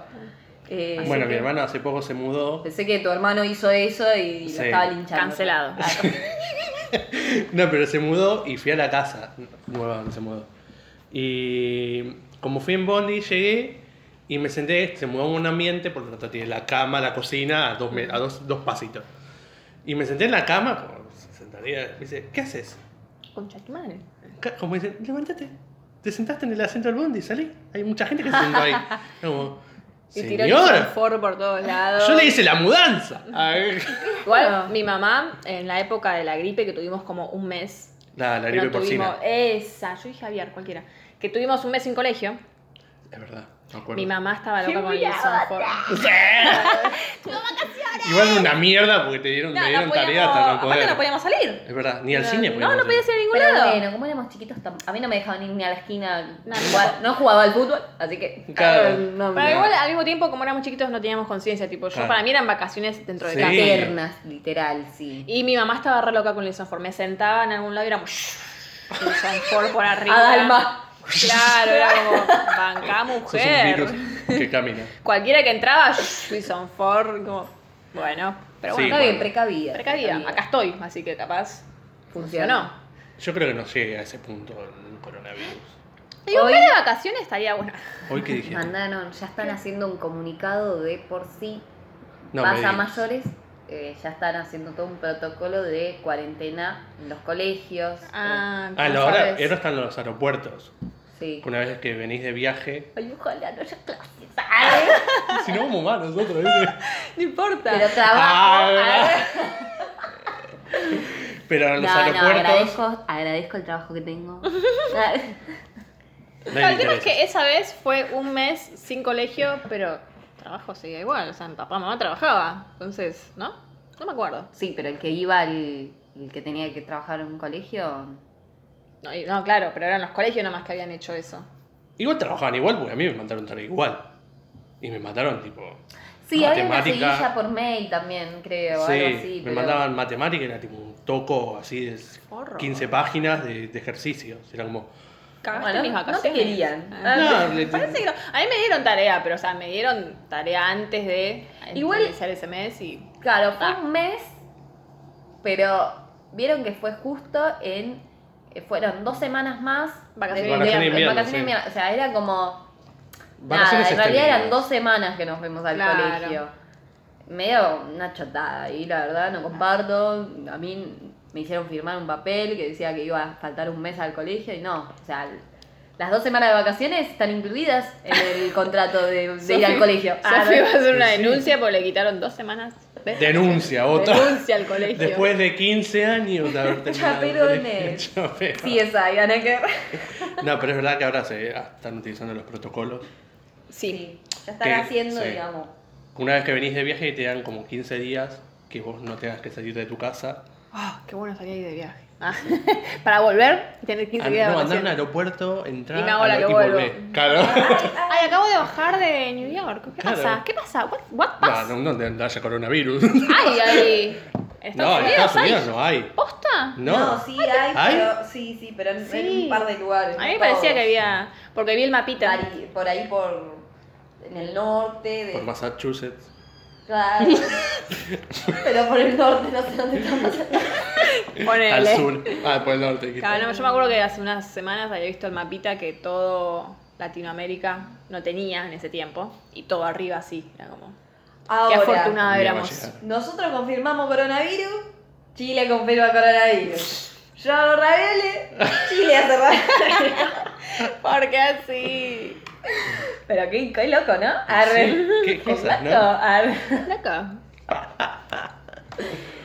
[SPEAKER 3] Eh,
[SPEAKER 1] Ah,
[SPEAKER 2] Bueno,
[SPEAKER 3] así
[SPEAKER 2] mi
[SPEAKER 3] que-
[SPEAKER 2] hermano hace poco se mudó.
[SPEAKER 3] Pensé que tu hermano hizo eso y lo
[SPEAKER 2] Sí.
[SPEAKER 3] estaba linchando.
[SPEAKER 1] Cancelado.
[SPEAKER 3] Ah,
[SPEAKER 2] No, pero se mudó y fui a la casa nueva donde se mudó. Y como fui en Bondi, llegué y me senté, se mudó en un ambiente, por lo tanto tiene la cama, la cocina, a dos, me- a dos, dos pasitos. Y me senté en la cama, como se sentaría, me dice, ¿qué haces?
[SPEAKER 1] concha tu madre.
[SPEAKER 2] Ca- Como dice, levántate, te sentaste en el asiento del Bondi, salí, hay mucha gente que se sentó ahí. Como,
[SPEAKER 1] Y tiró el
[SPEAKER 2] señor,
[SPEAKER 1] confort por todos lados.
[SPEAKER 2] yo le hice Ah. la mudanza.
[SPEAKER 1] Igual, mi mamá, en la época de la gripe, que tuvimos como un mes.
[SPEAKER 2] Nada, la
[SPEAKER 1] que
[SPEAKER 2] gripe
[SPEAKER 1] no tuvimos,
[SPEAKER 2] porcina.
[SPEAKER 1] Esa, yo dije Javier, cualquiera. Que tuvimos un mes sin colegio.
[SPEAKER 2] Es verdad, me acuerdo.
[SPEAKER 1] Mi mamá estaba loca
[SPEAKER 3] Qué
[SPEAKER 1] con el
[SPEAKER 3] buleada.
[SPEAKER 1] confort.
[SPEAKER 2] Igual una mierda porque te dieron,
[SPEAKER 1] No,
[SPEAKER 2] te
[SPEAKER 1] no
[SPEAKER 2] dieron tarea
[SPEAKER 1] podíamos,
[SPEAKER 2] hasta no
[SPEAKER 1] aparte
[SPEAKER 2] poder.
[SPEAKER 1] no podíamos salir.
[SPEAKER 2] Es verdad, ni al
[SPEAKER 1] No,
[SPEAKER 2] cine
[SPEAKER 1] No, no podías ir a ningún
[SPEAKER 3] Pero
[SPEAKER 1] lado.
[SPEAKER 3] bueno, como éramos chiquitos, tam- a mí no me dejaban ir ni a la esquina. No, jugaba, no jugaba al fútbol, así que.
[SPEAKER 2] Claro.
[SPEAKER 3] Ah, no,
[SPEAKER 1] Pero
[SPEAKER 3] no.
[SPEAKER 1] igual al mismo tiempo, como éramos chiquitos, no teníamos conciencia. Tipo, yo
[SPEAKER 2] Claro.
[SPEAKER 1] para mí eran vacaciones dentro de
[SPEAKER 2] Sí.
[SPEAKER 1] casa.
[SPEAKER 3] Paternas, literal, sí.
[SPEAKER 1] Y mi mamá estaba re loca con el Sanfor. Me sentaba en algún lado y era como. "Shh", El Sanfor por arriba.
[SPEAKER 3] A Dalma.
[SPEAKER 1] Claro, era como. Bancá
[SPEAKER 2] Sos un virus
[SPEAKER 1] mujer.
[SPEAKER 2] que camina.
[SPEAKER 1] Cualquiera que entraba, "Shh", el Sanfor. Como. Bueno, pero
[SPEAKER 2] Sí,
[SPEAKER 1] bueno.
[SPEAKER 3] Está bien,
[SPEAKER 2] bueno.
[SPEAKER 3] precavida.
[SPEAKER 1] Precavida. Acá estoy, así que capaz.
[SPEAKER 3] Funcionó.
[SPEAKER 1] Funcionó.
[SPEAKER 2] Yo creo que no llegue a ese punto el coronavirus.
[SPEAKER 1] Digo, un
[SPEAKER 3] Hoy-
[SPEAKER 1] mes de vacaciones estaría bueno.
[SPEAKER 2] Hoy que dije.
[SPEAKER 3] Mandaron, ya están haciendo un comunicado de por sí
[SPEAKER 2] No, me
[SPEAKER 3] pasa a
[SPEAKER 2] digas.
[SPEAKER 3] mayores. eh, ya están haciendo todo un protocolo de cuarentena en los colegios. eh,
[SPEAKER 1] Ah,
[SPEAKER 2] Ah,
[SPEAKER 1] ¿cómo
[SPEAKER 2] no, ahora,
[SPEAKER 1] sabes?
[SPEAKER 2] ahora están los aeropuertos.
[SPEAKER 3] sí.
[SPEAKER 2] Una vez que venís de viaje.
[SPEAKER 3] Ay, ojalá no haya clases. Ay,
[SPEAKER 2] Si no, como más nosotros. ¿viste?
[SPEAKER 1] No importa.
[SPEAKER 3] Pero trabajo.
[SPEAKER 2] Ah,
[SPEAKER 3] ay.
[SPEAKER 2] ¿verdad? Pero en los
[SPEAKER 3] No, no,
[SPEAKER 2] aeropuertos.
[SPEAKER 3] agradezco, agradezco el trabajo que tengo.
[SPEAKER 2] nadie
[SPEAKER 1] No,
[SPEAKER 2] le
[SPEAKER 1] el tema es
[SPEAKER 2] interesa.
[SPEAKER 1] que esa vez fue un mes sin colegio, pero trabajo seguía igual. O sea, mi papá, mamá trabajaba. Entonces, ¿no? No me acuerdo.
[SPEAKER 3] sí, pero el que iba al el que tenía que trabajar en un colegio.
[SPEAKER 1] No, y- no, claro, pero eran los colegios nomás que habían hecho eso.
[SPEAKER 2] Igual trabajaban igual porque a mí me mandaron tarea igual. Y me mandaron tipo.
[SPEAKER 3] Sí, había una
[SPEAKER 2] Matemática.
[SPEAKER 3] seguilla por mail también, creo,
[SPEAKER 2] Sí,
[SPEAKER 3] algo así.
[SPEAKER 2] me
[SPEAKER 3] pero-
[SPEAKER 2] mandaban matemática, era tipo un toco así de
[SPEAKER 1] Forro.
[SPEAKER 2] 15 páginas de, de ejercicios. Era como.
[SPEAKER 1] Cagaste
[SPEAKER 3] Bueno,
[SPEAKER 1] mis
[SPEAKER 3] no te
[SPEAKER 1] vacaciones.
[SPEAKER 3] querían.
[SPEAKER 1] Ah,
[SPEAKER 2] No, le-
[SPEAKER 1] parece que no. A mí me dieron tarea, pero o sea, me dieron tarea antes de
[SPEAKER 3] Igual-
[SPEAKER 1] iniciar ese mes y.
[SPEAKER 3] Claro, fue un mes, pero vieron que fue justo en. eh, Fueron dos semanas más.
[SPEAKER 1] Vacaciones
[SPEAKER 2] de
[SPEAKER 3] de-
[SPEAKER 2] invierno,
[SPEAKER 3] vacaciones de
[SPEAKER 2] sí.
[SPEAKER 3] invierno. O sea, era como.
[SPEAKER 2] Vacaciones
[SPEAKER 3] nada, en realidad
[SPEAKER 2] extendidas.
[SPEAKER 3] eran dos semanas que nos fuimos al
[SPEAKER 1] Claro.
[SPEAKER 3] colegio. Medio una chotada y la verdad no comparto. A mí me hicieron firmar un papel que decía que iba a faltar un mes al colegio y no. O sea, l- las dos semanas de vacaciones están incluidas en el contrato de, de ir al
[SPEAKER 1] Sofi-
[SPEAKER 3] colegio. Ah,
[SPEAKER 1] Sofi
[SPEAKER 3] no.
[SPEAKER 1] va a hacer una
[SPEAKER 2] Sí.
[SPEAKER 1] denuncia porque le quitaron dos semanas. de-
[SPEAKER 2] Denuncia, otra.
[SPEAKER 1] Denuncia al colegio.
[SPEAKER 2] Después de 15 años de haber terminado. el
[SPEAKER 3] Chaperones.
[SPEAKER 2] colegio, chaperones.
[SPEAKER 3] Sí, esa, Diana que
[SPEAKER 2] No, pero es verdad que ahora se ah, están utilizando los protocolos.
[SPEAKER 1] Sí.
[SPEAKER 3] Ya están
[SPEAKER 2] Que-
[SPEAKER 3] haciendo,
[SPEAKER 2] sí.
[SPEAKER 3] digamos.
[SPEAKER 2] Una vez que venís de viaje te dan como 15 días que vos no tengas que salir de tu casa.
[SPEAKER 1] Ah, qué bueno salir ahí de viaje. Ah, para volver y tener 15
[SPEAKER 2] An-
[SPEAKER 1] días de
[SPEAKER 2] Ah, no, andar a un
[SPEAKER 1] vacaciones.
[SPEAKER 2] aeropuerto, entrar
[SPEAKER 1] Y me hago la
[SPEAKER 2] al-
[SPEAKER 1] que
[SPEAKER 2] y
[SPEAKER 1] vuelvo.
[SPEAKER 2] volver. Claro.
[SPEAKER 1] Ay, acabo de bajar de New York. ¿Qué
[SPEAKER 2] Claro.
[SPEAKER 1] pasa? ¿Qué pasa? What, what
[SPEAKER 2] No,
[SPEAKER 1] pasa?
[SPEAKER 2] no, no, no haya coronavirus.
[SPEAKER 1] Ay, ay. En Estados
[SPEAKER 2] no, en
[SPEAKER 1] Unidos,
[SPEAKER 2] Estados
[SPEAKER 1] ay.
[SPEAKER 2] Unidos no hay.
[SPEAKER 1] ¿Posta?
[SPEAKER 2] No.
[SPEAKER 3] sí hay,
[SPEAKER 2] ¿Hay?
[SPEAKER 3] pero sí, sí, pero en, en
[SPEAKER 1] Sí.
[SPEAKER 3] un par de lugares.
[SPEAKER 1] A mí me
[SPEAKER 3] no
[SPEAKER 1] parecía
[SPEAKER 3] todos.
[SPEAKER 1] que había. Porque vi el mapita.
[SPEAKER 3] Vari- por ahí por en el norte de
[SPEAKER 2] Por Massachusetts.
[SPEAKER 3] Claro. pero por el norte no sé dónde estamos
[SPEAKER 1] Ponele.
[SPEAKER 2] Al sur. Ah, por el norte. dijiste.
[SPEAKER 1] Claro, no, yo me acuerdo que hace unas semanas había visto el mapita que todo Latinoamérica no tenía en ese tiempo. Y todo arriba así. Era como. Qué
[SPEAKER 3] ahora
[SPEAKER 1] afortunados
[SPEAKER 2] Ni va a
[SPEAKER 1] éramos.
[SPEAKER 2] llegar.
[SPEAKER 3] nosotros confirmamos coronavirus Chile confirma coronavirus yo hago ravioles Chile hace ravioles
[SPEAKER 1] Porque así.
[SPEAKER 3] pero qué, qué loco ¿no? Arre.
[SPEAKER 2] Sí, qué cosas,
[SPEAKER 3] Exacto,
[SPEAKER 2] ¿no?
[SPEAKER 3] arre.
[SPEAKER 1] Acá.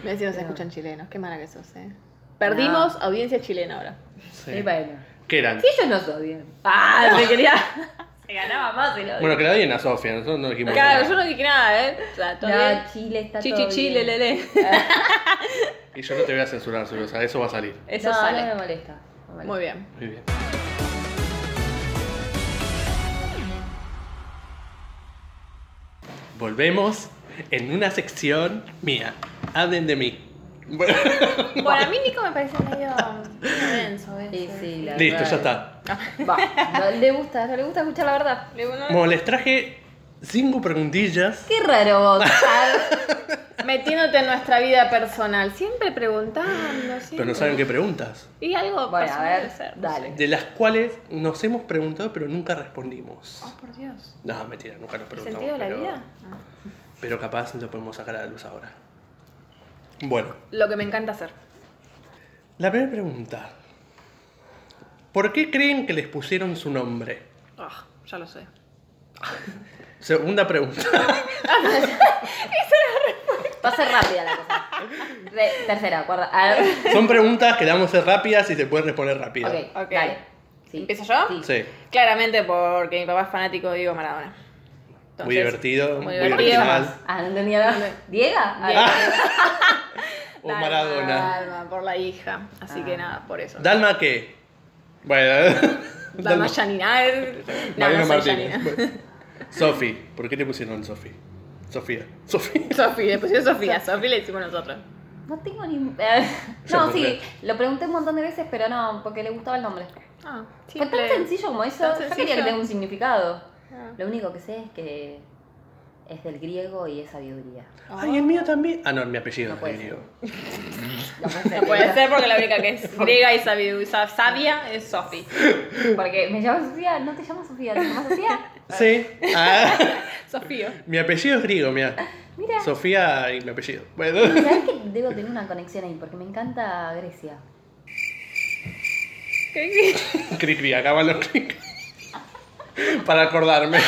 [SPEAKER 1] Me decían, se escuchan chilenos. Qué mala que sos, eh. Perdimos audiencia chilena ahora.
[SPEAKER 2] Sí.
[SPEAKER 3] y bueno
[SPEAKER 2] ¿Qué eran?
[SPEAKER 3] si ellos nos odian ah me quería
[SPEAKER 1] Se ganaba más el odio.
[SPEAKER 2] Bueno, que la odien a Sofía, nosotros no dijimos
[SPEAKER 1] claro,
[SPEAKER 2] nada.
[SPEAKER 1] yo no dije nada, ¿eh? O sea, todo bien.
[SPEAKER 3] No, Chile está
[SPEAKER 1] Chi,
[SPEAKER 3] todo
[SPEAKER 1] chi, chi,
[SPEAKER 3] bien.
[SPEAKER 1] le, le, le.
[SPEAKER 2] Y yo no te voy a censurar, Zulu, o sea, eso va a salir.
[SPEAKER 1] Eso
[SPEAKER 3] no,
[SPEAKER 1] sale.
[SPEAKER 3] no me molesta. no me molesta.
[SPEAKER 1] Muy bien.
[SPEAKER 2] Muy bien. Volvemos en una sección mía. Hablen de mí. Bueno,
[SPEAKER 1] Bueno, a mí Nico me parece medio denso.
[SPEAKER 3] Sí, sí, la
[SPEAKER 2] Listo,
[SPEAKER 3] verdad.
[SPEAKER 2] ya está.
[SPEAKER 3] Va, no le gusta, no le gusta escuchar la verdad.
[SPEAKER 2] Bueno, les traje cinco preguntillas.
[SPEAKER 3] Qué raro vos. Ar-
[SPEAKER 1] Metiéndote en nuestra vida personal, siempre preguntando. Siempre.
[SPEAKER 2] Pero no saben qué preguntas.
[SPEAKER 1] Y algo
[SPEAKER 3] Bueno, a
[SPEAKER 1] personal
[SPEAKER 3] ver,
[SPEAKER 1] debe ser, no
[SPEAKER 3] dale.
[SPEAKER 1] sé.
[SPEAKER 2] De las cuales nos hemos preguntado, pero nunca respondimos.
[SPEAKER 1] Oh, por Dios.
[SPEAKER 2] No, mentira, nunca nos
[SPEAKER 1] ¿El
[SPEAKER 2] preguntamos.
[SPEAKER 1] sentido de la
[SPEAKER 2] pero-
[SPEAKER 1] vida? Ah.
[SPEAKER 2] Pero capaz lo podemos sacar a la luz ahora. Bueno,
[SPEAKER 1] Lo que me encanta hacer.
[SPEAKER 2] la primera pregunta. ¿Por qué creen que les pusieron su nombre?
[SPEAKER 1] Ah, ya lo sé.
[SPEAKER 2] Segunda pregunta.
[SPEAKER 3] Va a ser rápida la cosa. Re- tercera, cuarta. Ar-
[SPEAKER 2] Son preguntas que damos a ser rápidas y se pueden responder rápido.
[SPEAKER 3] Ok,
[SPEAKER 1] Ok.
[SPEAKER 3] dale. Sí.
[SPEAKER 1] ¿Empiezo yo?
[SPEAKER 3] Sí.
[SPEAKER 2] Sí.
[SPEAKER 1] Claramente porque mi papá es fanático de Diego Maradona.
[SPEAKER 2] muy
[SPEAKER 1] Entonces,
[SPEAKER 2] divertido,
[SPEAKER 1] muy
[SPEAKER 2] muy,
[SPEAKER 1] divertido.
[SPEAKER 2] original.
[SPEAKER 3] Ah, no tenía la... ¿Diega? Ah,
[SPEAKER 2] O
[SPEAKER 1] Dalma,
[SPEAKER 2] Maradona.
[SPEAKER 1] Dalma, por la hija. Así
[SPEAKER 3] Ah.
[SPEAKER 1] que nada, por eso.
[SPEAKER 2] ¿Dalma qué? Bueno,
[SPEAKER 1] Dalma Yanina. eh, No,
[SPEAKER 2] Mariano
[SPEAKER 1] no soy
[SPEAKER 2] Martínez.
[SPEAKER 1] Yanina.
[SPEAKER 2] Bueno. Sofi. ¿Por qué te pusieron Sofi? Sofía. Sofía.
[SPEAKER 1] Sofía, le pusieron Sofía. Sofía le hicimos nosotros.
[SPEAKER 3] No tengo ni. eh,
[SPEAKER 2] Ya
[SPEAKER 3] No,
[SPEAKER 2] me
[SPEAKER 3] sí,
[SPEAKER 2] fue.
[SPEAKER 3] lo pregunté un montón de veces, pero no, porque le gustaba el nombre.
[SPEAKER 1] Ah,
[SPEAKER 3] Fue tan sencillo como eso.
[SPEAKER 1] Tan
[SPEAKER 3] Yo quería
[SPEAKER 1] sencillo.
[SPEAKER 3] que tenga un significado.
[SPEAKER 1] Ah.
[SPEAKER 3] Lo único que sé es que es del griego y es sabiduría.
[SPEAKER 2] Ay, el mío
[SPEAKER 1] Oh.
[SPEAKER 2] también. Ah, no, mi apellido
[SPEAKER 3] No
[SPEAKER 2] es
[SPEAKER 3] puede
[SPEAKER 2] griego.
[SPEAKER 3] No puede ser.
[SPEAKER 1] No puede ser porque la única que es griega y sabi- sa- sabia es Sofi.
[SPEAKER 3] Porque me llamo Sofía, no te llamas Sofía, te llamas Sofía.
[SPEAKER 2] Sí. Ah,
[SPEAKER 1] Sofía.
[SPEAKER 2] mi apellido es griego, mira.
[SPEAKER 3] Mira,
[SPEAKER 2] Sofía y mi apellido. Bueno.
[SPEAKER 3] ¿sabes que debo tener una conexión ahí? Porque me encanta Grecia.
[SPEAKER 2] Cric, cric, acá van los cric. Para acordarme.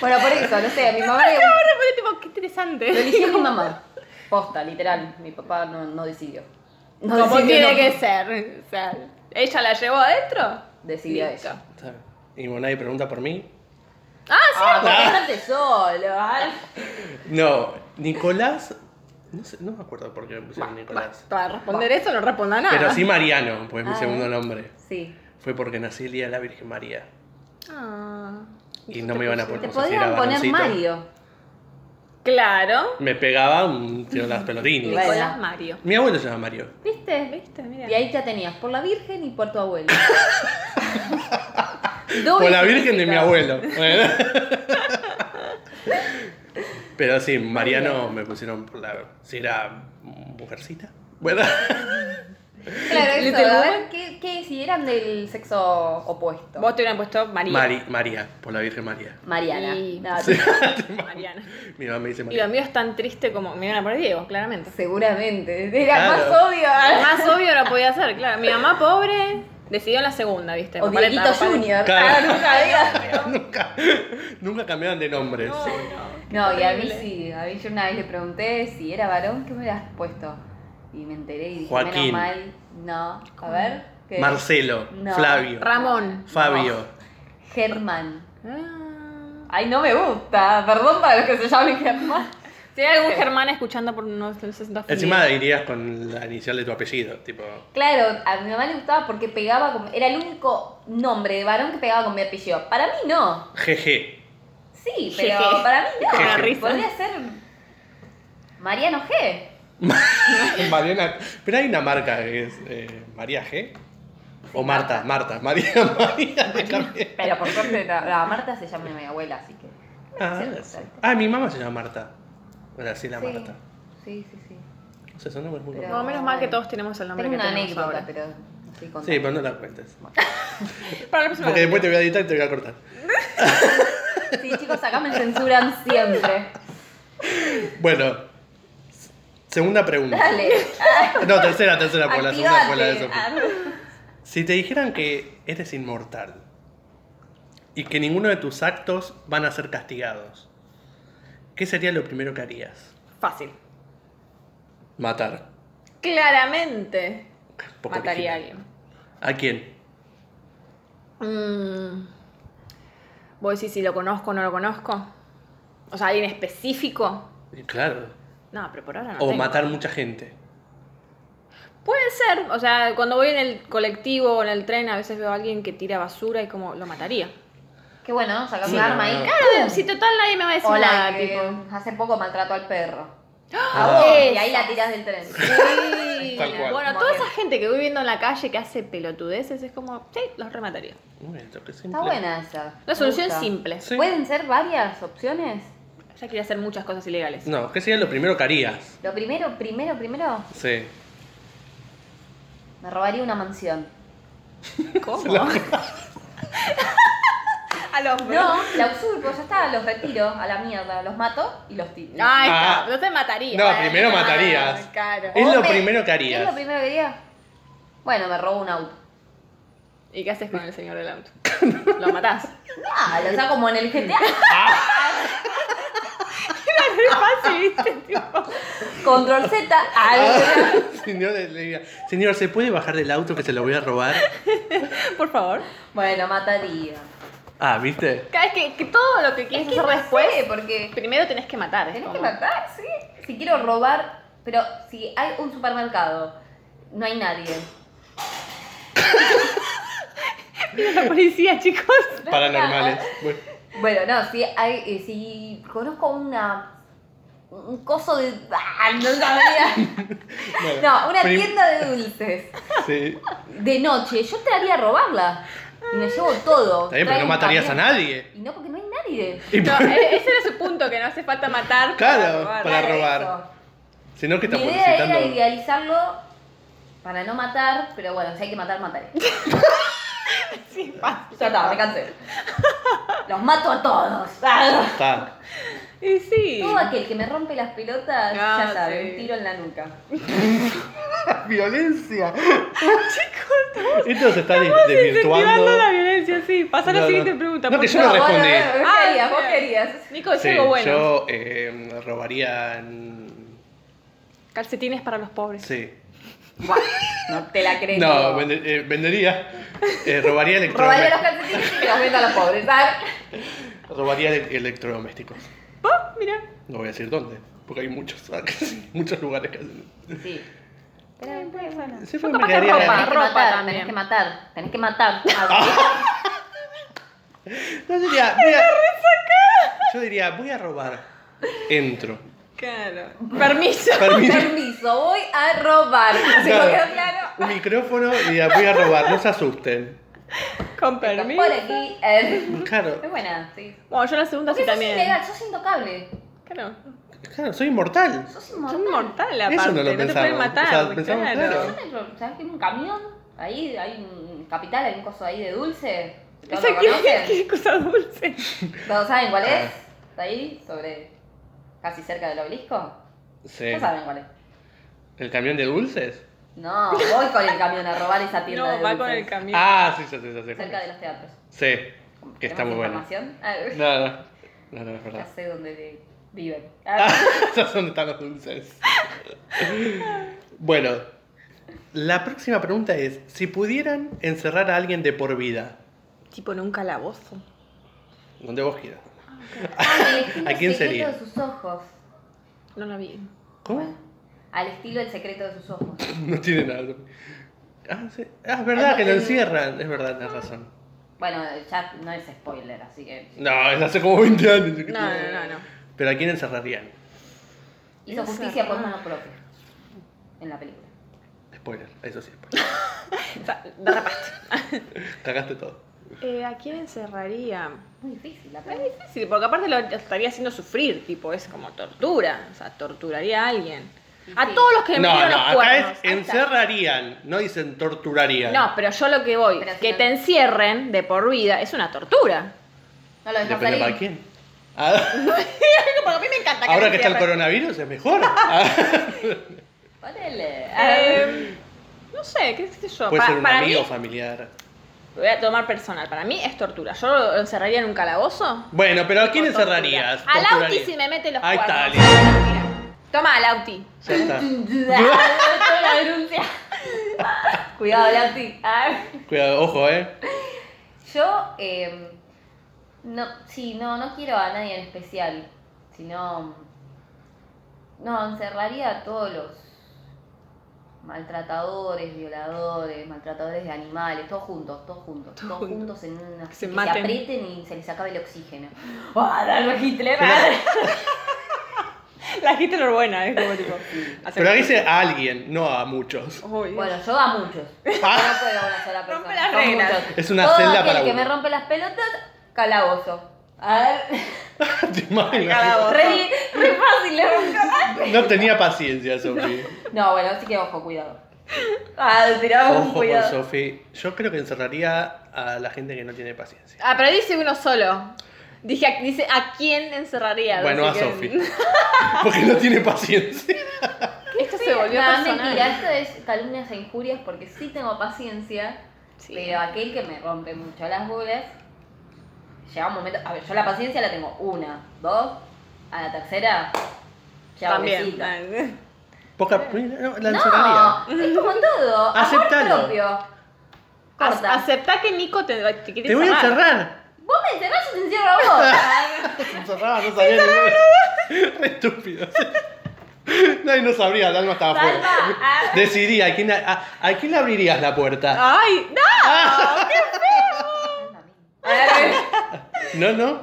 [SPEAKER 3] Bueno, por eso, no sé, a mi mamá le
[SPEAKER 1] Ahora fue tipo, qué
[SPEAKER 3] Lo
[SPEAKER 1] interesante.
[SPEAKER 3] eligió mi mamá. Posta, literal. Mi papá no, no decidió. No
[SPEAKER 1] Como
[SPEAKER 3] decidió,
[SPEAKER 1] tiene
[SPEAKER 3] no.
[SPEAKER 1] que ser. O sea, ella la llevó adentro.
[SPEAKER 3] Decidió
[SPEAKER 1] Listo.
[SPEAKER 3] ella.
[SPEAKER 2] Y bueno, nadie pregunta por mí.
[SPEAKER 3] Ah, porque dejaste solo, ¿vale?
[SPEAKER 2] No, Nicolás. No, sé, no me acuerdo por qué me pusieron Nicolás.
[SPEAKER 1] Para responder eso no responda nada.
[SPEAKER 2] Pero sí Mariano, pues mi
[SPEAKER 3] Ah.
[SPEAKER 2] segundo nombre.
[SPEAKER 3] Sí.
[SPEAKER 2] Fue porque nací el día de la Virgen María.
[SPEAKER 1] Ah.
[SPEAKER 2] Y no me iban a poner
[SPEAKER 3] Te
[SPEAKER 2] como si era
[SPEAKER 3] podrían
[SPEAKER 2] varoncito.
[SPEAKER 3] poner Mario.
[SPEAKER 1] Claro.
[SPEAKER 2] Me pegaba un tiro en las pelotines.
[SPEAKER 3] Bueno.
[SPEAKER 1] Nicolás Mario.
[SPEAKER 2] Mi abuelo se llama Mario.
[SPEAKER 3] ¿Viste?
[SPEAKER 1] ¿Viste? Mira.
[SPEAKER 3] Y ahí ya tenías por la Virgen y por tu abuelo. Doble
[SPEAKER 2] Por la Virgen de mi
[SPEAKER 3] significado.
[SPEAKER 2] abuelo. Bueno. Pero sí, Mariano me pusieron por la. Si era mujercita. Bueno.
[SPEAKER 3] Claro, eso,
[SPEAKER 1] Little
[SPEAKER 3] a
[SPEAKER 1] Woman.
[SPEAKER 3] ver, ¿qué, qué, si eran del sexo opuesto.
[SPEAKER 1] Vos te hubieran puesto María.
[SPEAKER 2] Mari, María, por la Virgen María.
[SPEAKER 3] Mariana.
[SPEAKER 1] Y-
[SPEAKER 3] No,
[SPEAKER 1] Mariana.
[SPEAKER 2] Mi mamá me dice
[SPEAKER 1] Y lo
[SPEAKER 2] María.
[SPEAKER 1] mío es tan triste como. Me iban a poner Diego, claramente.
[SPEAKER 3] Seguramente. Era
[SPEAKER 2] Claro.
[SPEAKER 3] más obvio.
[SPEAKER 1] Lo Más obvio no podía ser, claro. Mi mamá pobre decidió en la segunda, ¿viste?
[SPEAKER 3] O
[SPEAKER 1] Papá le-
[SPEAKER 3] Dieguito
[SPEAKER 1] papá le-
[SPEAKER 3] Junior.
[SPEAKER 2] Claro.
[SPEAKER 3] Ah, nunca había-
[SPEAKER 2] Nunca, nunca cambiaban de nombres.
[SPEAKER 1] No, no.
[SPEAKER 3] No, y a mí
[SPEAKER 1] Horrible.
[SPEAKER 3] sí, a mí yo una vez le pregunté si era varón, ¿qué me hubieras puesto? Y me enteré y dije,
[SPEAKER 2] Joaquín.
[SPEAKER 3] menos mal, no, a ver, ¿qué?
[SPEAKER 2] Marcelo,
[SPEAKER 3] No.
[SPEAKER 2] Flavio,
[SPEAKER 1] Ramón.
[SPEAKER 2] Fabio.
[SPEAKER 3] Germán.
[SPEAKER 1] Ah.
[SPEAKER 3] Ay, no me gusta, perdón para los que se llamen Germán.
[SPEAKER 1] Si hay algún germán escuchando por no se sienta ofendido.
[SPEAKER 2] Encima irías con la inicial de tu apellido, tipo.
[SPEAKER 3] Claro, a mi mamá le gustaba porque pegaba con, era el único nombre de varón que pegaba con mi apellido. Para mí no,
[SPEAKER 2] GG.
[SPEAKER 3] sí, pero
[SPEAKER 1] Jeje.
[SPEAKER 3] para mí no.
[SPEAKER 1] Una risa.
[SPEAKER 3] Podría ser Mariano G.
[SPEAKER 2] Mariana. Pero hay una marca que es eh, María G. O Marta, Marta. María, María. también.
[SPEAKER 3] Pero por suerte, la, Marta se llama mi abuela, así que...
[SPEAKER 2] Ah,
[SPEAKER 3] Sí,
[SPEAKER 2] sí. Ah, mi mamá se llama Marta. Graciela
[SPEAKER 3] Sí.
[SPEAKER 2] Marta.
[SPEAKER 3] Sí, sí, sí.
[SPEAKER 2] O sea, son nombres muy
[SPEAKER 3] Pero-
[SPEAKER 1] No, menos mal que todos tenemos el nombre que
[SPEAKER 3] Tengo una
[SPEAKER 1] tenemos
[SPEAKER 3] anécdota,
[SPEAKER 1] ahora.
[SPEAKER 3] pero estoy
[SPEAKER 2] Sí, pero no la cuentes.
[SPEAKER 1] Para la próxima.
[SPEAKER 2] Porque después te voy a editar y te voy a cortar.
[SPEAKER 3] Sí, chicos, acá me censuran siempre.
[SPEAKER 2] Bueno. Segunda pregunta.
[SPEAKER 3] Dale.
[SPEAKER 2] No, tercera, tercera, por la segunda fue la de pues.
[SPEAKER 3] activate. Ah.
[SPEAKER 2] Sofía. Si te dijeran que eres inmortal y que ninguno de tus actos van a ser castigados, ¿qué sería lo primero que harías?
[SPEAKER 1] Fácil.
[SPEAKER 2] Matar.
[SPEAKER 1] Claramente
[SPEAKER 2] Poco
[SPEAKER 1] mataría a
[SPEAKER 2] original.
[SPEAKER 1] alguien.
[SPEAKER 2] ¿A quién?
[SPEAKER 1] Mm. ¿Vos decís si lo conozco o no lo conozco? O sea, alguien específico.
[SPEAKER 2] Claro.
[SPEAKER 1] No, pero por ahora no.
[SPEAKER 2] O
[SPEAKER 1] tengo.
[SPEAKER 2] matar mucha gente.
[SPEAKER 1] Puede ser. O sea, cuando voy en el colectivo o en el tren, a veces veo a alguien que tira basura y como lo mataría.
[SPEAKER 3] Qué bueno, sacas
[SPEAKER 2] Sí,
[SPEAKER 3] un
[SPEAKER 2] no,
[SPEAKER 3] arma
[SPEAKER 2] no.
[SPEAKER 3] ahí. Ah,
[SPEAKER 1] Claro, si total nadie me va a decir
[SPEAKER 3] O la
[SPEAKER 1] nada,
[SPEAKER 3] que
[SPEAKER 1] tipo.
[SPEAKER 3] hace poco maltrató al perro.
[SPEAKER 2] Ah.
[SPEAKER 1] Eh,
[SPEAKER 3] Y ahí la tiras del tren.
[SPEAKER 1] Sí.
[SPEAKER 2] Tal cual.
[SPEAKER 1] Bueno,
[SPEAKER 3] Muy
[SPEAKER 1] toda
[SPEAKER 3] bien.
[SPEAKER 1] esa gente que voy viendo en la calle que hace pelotudeces es como, sí, los remataría.
[SPEAKER 2] Uy, esto qué simple.
[SPEAKER 3] Está buena esa.
[SPEAKER 1] Una solución
[SPEAKER 3] Me gusta.
[SPEAKER 1] simple.
[SPEAKER 2] Sí.
[SPEAKER 3] ¿Pueden ser varias opciones?
[SPEAKER 1] Ya quería hacer muchas cosas ilegales.
[SPEAKER 2] No, ¿qué sería lo primero que harías?
[SPEAKER 3] Lo primero, primero, primero,
[SPEAKER 2] Sí.
[SPEAKER 3] me robaría una mansión.
[SPEAKER 1] ¿Cómo? a los
[SPEAKER 3] No, la usurpo, ya está, los retiro a la mierda, los mato y los tiro.
[SPEAKER 1] No, ahí está,
[SPEAKER 2] Ah.
[SPEAKER 1] no te mataría.
[SPEAKER 2] No, primero matarías.
[SPEAKER 1] Claro.
[SPEAKER 2] Es lo
[SPEAKER 3] Hombre,
[SPEAKER 2] primero que
[SPEAKER 3] ¿Qué es lo
[SPEAKER 2] harías.
[SPEAKER 3] primero que haría? Bueno, me robo un auto.
[SPEAKER 1] ¿Y qué haces con el señor del auto? Lo matás.
[SPEAKER 3] Ah, lo saco como en el GTA.
[SPEAKER 1] Es fácil, ¿viste? Tipo,
[SPEAKER 3] Control Z. Ah,
[SPEAKER 2] Señor, le diría, señor, ¿se puede bajar del auto que se lo voy a robar?
[SPEAKER 1] Por favor.
[SPEAKER 3] Bueno, mataría.
[SPEAKER 2] Ah, ¿viste?
[SPEAKER 1] Cada vez que, que todo lo que quieres hacer después,
[SPEAKER 3] sé, porque
[SPEAKER 1] primero tenés que matar. es
[SPEAKER 3] Tenés que
[SPEAKER 1] como-
[SPEAKER 3] matar, sí. Si quiero robar, pero si hay un supermercado, no hay nadie.
[SPEAKER 1] La policía, chicos.
[SPEAKER 2] Paranormales. Bueno,
[SPEAKER 3] Bueno, no, si hay, eh, si conozco una un coso de ah, no sabría.
[SPEAKER 2] bueno.
[SPEAKER 3] No, una
[SPEAKER 2] Prim-
[SPEAKER 3] tienda de dulces.
[SPEAKER 2] Sí.
[SPEAKER 3] De noche, yo te haría a robarla. Y me llevo todo.
[SPEAKER 2] Está bien,
[SPEAKER 3] Traigo
[SPEAKER 2] pero no
[SPEAKER 3] un
[SPEAKER 2] matarías a
[SPEAKER 3] camión.
[SPEAKER 2] nadie.
[SPEAKER 3] Y no porque no hay nadie.
[SPEAKER 2] Y
[SPEAKER 1] No,
[SPEAKER 2] por-
[SPEAKER 1] e- ese era su punto, que no hace falta matar.
[SPEAKER 2] Claro,
[SPEAKER 1] robar.
[SPEAKER 2] para-
[SPEAKER 3] Claro,
[SPEAKER 2] robar.
[SPEAKER 3] eso.
[SPEAKER 2] Si no, que
[SPEAKER 3] Mi
[SPEAKER 2] estamos
[SPEAKER 3] idea era
[SPEAKER 2] necesitando.
[SPEAKER 3] idealizarlo para no matar, pero bueno, si hay que matar, mataré.
[SPEAKER 1] Sí, fácil.
[SPEAKER 3] Ya está, me cansé. Los mato a todos. Ah.
[SPEAKER 2] Está.
[SPEAKER 1] Y sí.
[SPEAKER 3] Todo aquel que me rompe las pelotas,
[SPEAKER 1] Ah,
[SPEAKER 3] ya sabe,
[SPEAKER 1] sí.
[SPEAKER 3] un tiro en la nuca.
[SPEAKER 2] Violencia. Esto se está de- desvirtuando.
[SPEAKER 1] Incentivando la violencia, sí. Pasar a
[SPEAKER 2] No,
[SPEAKER 1] la
[SPEAKER 2] no.
[SPEAKER 1] siguiente pregunta.
[SPEAKER 2] No,
[SPEAKER 1] por
[SPEAKER 2] que yo no
[SPEAKER 1] favor.
[SPEAKER 2] respondo. respondí.
[SPEAKER 3] vos
[SPEAKER 1] Ah,
[SPEAKER 3] querías, vos
[SPEAKER 1] bien.
[SPEAKER 3] querías.
[SPEAKER 1] Nico, es
[SPEAKER 2] Sí,
[SPEAKER 1] algo bueno.
[SPEAKER 2] Yo eh, robaría. en-
[SPEAKER 1] Calcetines para los pobres.
[SPEAKER 2] Sí.
[SPEAKER 3] Buah, no te la crees.
[SPEAKER 2] No,
[SPEAKER 3] Nico.
[SPEAKER 2] vende- eh, vendería. eh, robaría
[SPEAKER 3] Robaría los
[SPEAKER 2] electrodomésticos.
[SPEAKER 3] calcetines y te los vendo a los pobres, ¿sabes?
[SPEAKER 2] Robaría ele- electrodomésticos.
[SPEAKER 1] Oh, mira.
[SPEAKER 2] No voy a decir dónde, porque hay muchos, muchos lugares que hacen.
[SPEAKER 3] Sí.
[SPEAKER 1] Bien, pues, bueno.
[SPEAKER 2] Sí,
[SPEAKER 1] Yo
[SPEAKER 2] fue
[SPEAKER 1] capaz que
[SPEAKER 2] mercadería
[SPEAKER 1] ropa,
[SPEAKER 3] Tenés
[SPEAKER 2] grande.
[SPEAKER 3] que
[SPEAKER 1] ropa
[SPEAKER 3] matar,
[SPEAKER 1] también.
[SPEAKER 3] tenés que matar, tenés que matar.
[SPEAKER 2] No diría. voy a- yo diría, voy a robar. Entro.
[SPEAKER 1] Claro. Permiso.
[SPEAKER 2] Permiso.
[SPEAKER 3] Permiso, voy a robar. ¿Se lo
[SPEAKER 2] Claro.
[SPEAKER 3] quedó claro?
[SPEAKER 2] Un micrófono y diría, voy a robar, no se asusten.
[SPEAKER 1] Con
[SPEAKER 3] Estás
[SPEAKER 1] permiso.
[SPEAKER 3] Por aquí. eh.
[SPEAKER 2] Claro,
[SPEAKER 3] Es buena, sí.
[SPEAKER 1] Bueno, yo la segunda
[SPEAKER 3] Porque
[SPEAKER 1] sí
[SPEAKER 3] sos
[SPEAKER 1] también.
[SPEAKER 3] ilegal, sos intocable.
[SPEAKER 1] Claro.
[SPEAKER 2] claro, soy inmortal.
[SPEAKER 3] Sos
[SPEAKER 1] Son
[SPEAKER 3] inmortal.
[SPEAKER 1] mortal aparte.
[SPEAKER 2] Eso no lo
[SPEAKER 1] te
[SPEAKER 2] pensamos.
[SPEAKER 1] pueden matar.
[SPEAKER 2] O sea, pensamos,
[SPEAKER 1] claro.
[SPEAKER 2] claro.
[SPEAKER 3] ¿Sabes que hay un camión? Ahí hay un capital, hay un coso ahí de dulce. ¿No
[SPEAKER 1] Esa
[SPEAKER 3] lo
[SPEAKER 1] que
[SPEAKER 3] conocen?
[SPEAKER 1] qué cosa dulce.
[SPEAKER 3] ¿Todos saben cuál
[SPEAKER 2] Ah.
[SPEAKER 3] es? Está ahí, sobre. casi cerca del obelisco.
[SPEAKER 2] Sí.
[SPEAKER 3] No saben cuál es.
[SPEAKER 2] ¿El camión de dulces?
[SPEAKER 3] No, voy con el camión a robar esa tienda.
[SPEAKER 1] No,
[SPEAKER 3] de
[SPEAKER 1] va
[SPEAKER 3] dulces,
[SPEAKER 1] con el camión.
[SPEAKER 2] Ah, sí, sí, sí, sí. sí.
[SPEAKER 3] Cerca de los teatros.
[SPEAKER 2] Sí, que está
[SPEAKER 3] ¿Tenemos
[SPEAKER 2] muy bueno.
[SPEAKER 3] información? Ah,
[SPEAKER 2] No, no, no, no, es
[SPEAKER 3] ya
[SPEAKER 2] verdad.
[SPEAKER 3] sé dónde vi- viven.
[SPEAKER 2] Esas son están los dulces. Bueno, la próxima pregunta es, si pudieran encerrar a alguien de por vida,
[SPEAKER 1] Tipo en un calabozo.
[SPEAKER 2] donde vos quieras.
[SPEAKER 3] Al estilo
[SPEAKER 2] ¿A quién
[SPEAKER 3] el secreto
[SPEAKER 2] sería?
[SPEAKER 3] de sus ojos.
[SPEAKER 1] No la vi.
[SPEAKER 2] ¿Cómo?
[SPEAKER 3] Al estilo el secreto de sus ojos.
[SPEAKER 2] No tiene nada. Ah, sí. Ah, es verdad que
[SPEAKER 1] eh,
[SPEAKER 2] lo encierran. Es verdad, tenés razón.
[SPEAKER 3] Bueno, ya no es spoiler, así que.
[SPEAKER 2] No, es hace como 20 años.
[SPEAKER 1] No, no, no, no.
[SPEAKER 2] Pero ¿a quién encerrarían?
[SPEAKER 3] Hizo justicia por mano propia. En la película.
[SPEAKER 2] Spoiler, eso sí. spoiler.
[SPEAKER 1] O sea, derrapaste.
[SPEAKER 2] Cagaste todo.
[SPEAKER 1] Eh, ¿A quién encerraría?
[SPEAKER 3] Muy difícil la
[SPEAKER 1] Es
[SPEAKER 3] película.
[SPEAKER 1] difícil, porque aparte lo estaría haciendo sufrir, tipo, es como tortura. O sea, torturaría a alguien. A
[SPEAKER 3] Sí.
[SPEAKER 1] todos los que me
[SPEAKER 2] No,
[SPEAKER 1] metieron
[SPEAKER 2] no,
[SPEAKER 1] los
[SPEAKER 2] acá
[SPEAKER 1] cuernos.
[SPEAKER 2] es encerrarían, no dicen torturarían.
[SPEAKER 1] No, pero yo lo que voy,
[SPEAKER 3] Pero si
[SPEAKER 1] que
[SPEAKER 3] no-
[SPEAKER 1] te encierren de por vida, es una tortura.
[SPEAKER 3] No lo dejas
[SPEAKER 2] Depende
[SPEAKER 3] salir.
[SPEAKER 2] para quién. Ah,
[SPEAKER 1] Porque a mí me encanta que
[SPEAKER 2] ahora
[SPEAKER 1] me
[SPEAKER 2] que está el
[SPEAKER 1] encierren.
[SPEAKER 2] coronavirus es mejor. Ah,
[SPEAKER 3] Ponele.
[SPEAKER 1] Eh, no sé, qué sé yo.
[SPEAKER 2] puede
[SPEAKER 1] Pa-
[SPEAKER 2] ser un
[SPEAKER 1] para
[SPEAKER 2] amigo
[SPEAKER 1] mí,
[SPEAKER 2] familiar.
[SPEAKER 1] lo voy a tomar personal, para mí es tortura. Yo lo encerraría en un calabozo.
[SPEAKER 2] Bueno, pero ¿a quién
[SPEAKER 1] Tipo, tortura.
[SPEAKER 2] encerrarías?
[SPEAKER 1] Al Auti
[SPEAKER 2] Torturarías.
[SPEAKER 1] si me mete los
[SPEAKER 2] Ahí está,
[SPEAKER 1] cuernos.
[SPEAKER 2] listo.
[SPEAKER 1] Toma al Auti.
[SPEAKER 2] Ya está.
[SPEAKER 3] Toda la denuncia. Cuidado, Lauti. Ah.
[SPEAKER 2] Cuidado, ojo, eh.
[SPEAKER 3] Yo, eh, no, sí, no, no quiero a nadie en especial, sino, no, encerraría a todos los maltratadores, violadores, maltratadores de animales, todos juntos, todos juntos, todos,
[SPEAKER 1] Todos juntos.
[SPEAKER 3] juntos en una,
[SPEAKER 1] Que se maten.
[SPEAKER 3] aprieten y se les acabe el oxígeno. ¡Ah, Adolf Hitler! ah.
[SPEAKER 1] La gente no es buena, es como tipo. hacer-
[SPEAKER 2] Pero dice a alguien, no a muchos.
[SPEAKER 1] Uy,
[SPEAKER 3] Bueno, yo a muchos. Yo no puedo a una
[SPEAKER 1] Ah.
[SPEAKER 3] sola persona.
[SPEAKER 1] Rompe las
[SPEAKER 3] son
[SPEAKER 1] reglas.
[SPEAKER 3] muchos.
[SPEAKER 2] Es una
[SPEAKER 3] Todo
[SPEAKER 2] celda
[SPEAKER 3] aquel
[SPEAKER 2] para
[SPEAKER 3] que
[SPEAKER 2] uno.
[SPEAKER 3] me rompe las pelotas, calabozo. A ver,
[SPEAKER 2] ¿Te imaginas?
[SPEAKER 1] Cada voz.
[SPEAKER 3] re, re fácil, ¿eh? le rompo las-
[SPEAKER 2] No tenía paciencia, Sofi.
[SPEAKER 3] No, bueno, así que ojo, cuidado. Ah, tiraba un
[SPEAKER 2] Ojo con
[SPEAKER 3] cuidado.
[SPEAKER 2] Sofi. Yo creo que encerraría a la gente que no tiene paciencia.
[SPEAKER 1] Ah, pero dice uno solo. Dije, a- dice, ¿a quién encerraría?
[SPEAKER 2] Bueno, a
[SPEAKER 1] Así que-
[SPEAKER 2] Sofi. Porque no tiene paciencia.
[SPEAKER 1] Esto se volvió
[SPEAKER 3] Nada,
[SPEAKER 1] personal.
[SPEAKER 3] mentira, esto es calumnias e injurias porque sí tengo paciencia,
[SPEAKER 1] Sí.
[SPEAKER 3] pero aquel que me rompe mucho las bolas, llega un momento. A ver, yo la paciencia la tengo una, dos, a la tercera, ya
[SPEAKER 1] También.
[SPEAKER 2] Poca. No, la encerraría.
[SPEAKER 3] No, es como todo. amor
[SPEAKER 2] Aceptalo.
[SPEAKER 3] propio. Corta.
[SPEAKER 1] Acepta que Nico te, te quiere
[SPEAKER 2] Te voy a
[SPEAKER 1] encerrar.
[SPEAKER 2] encerrar.
[SPEAKER 3] Vos me encerrás, yo te encierro a vos.
[SPEAKER 2] Encerrada, no sabía ni Re estúpido. Nadie no sabría, el alma estaba afuera.
[SPEAKER 3] Salva.
[SPEAKER 2] Decidiría, ¿a quién, a- a quién le abrirías la puerta?
[SPEAKER 1] ¡Ay! ¡No!
[SPEAKER 2] Ah. No, no.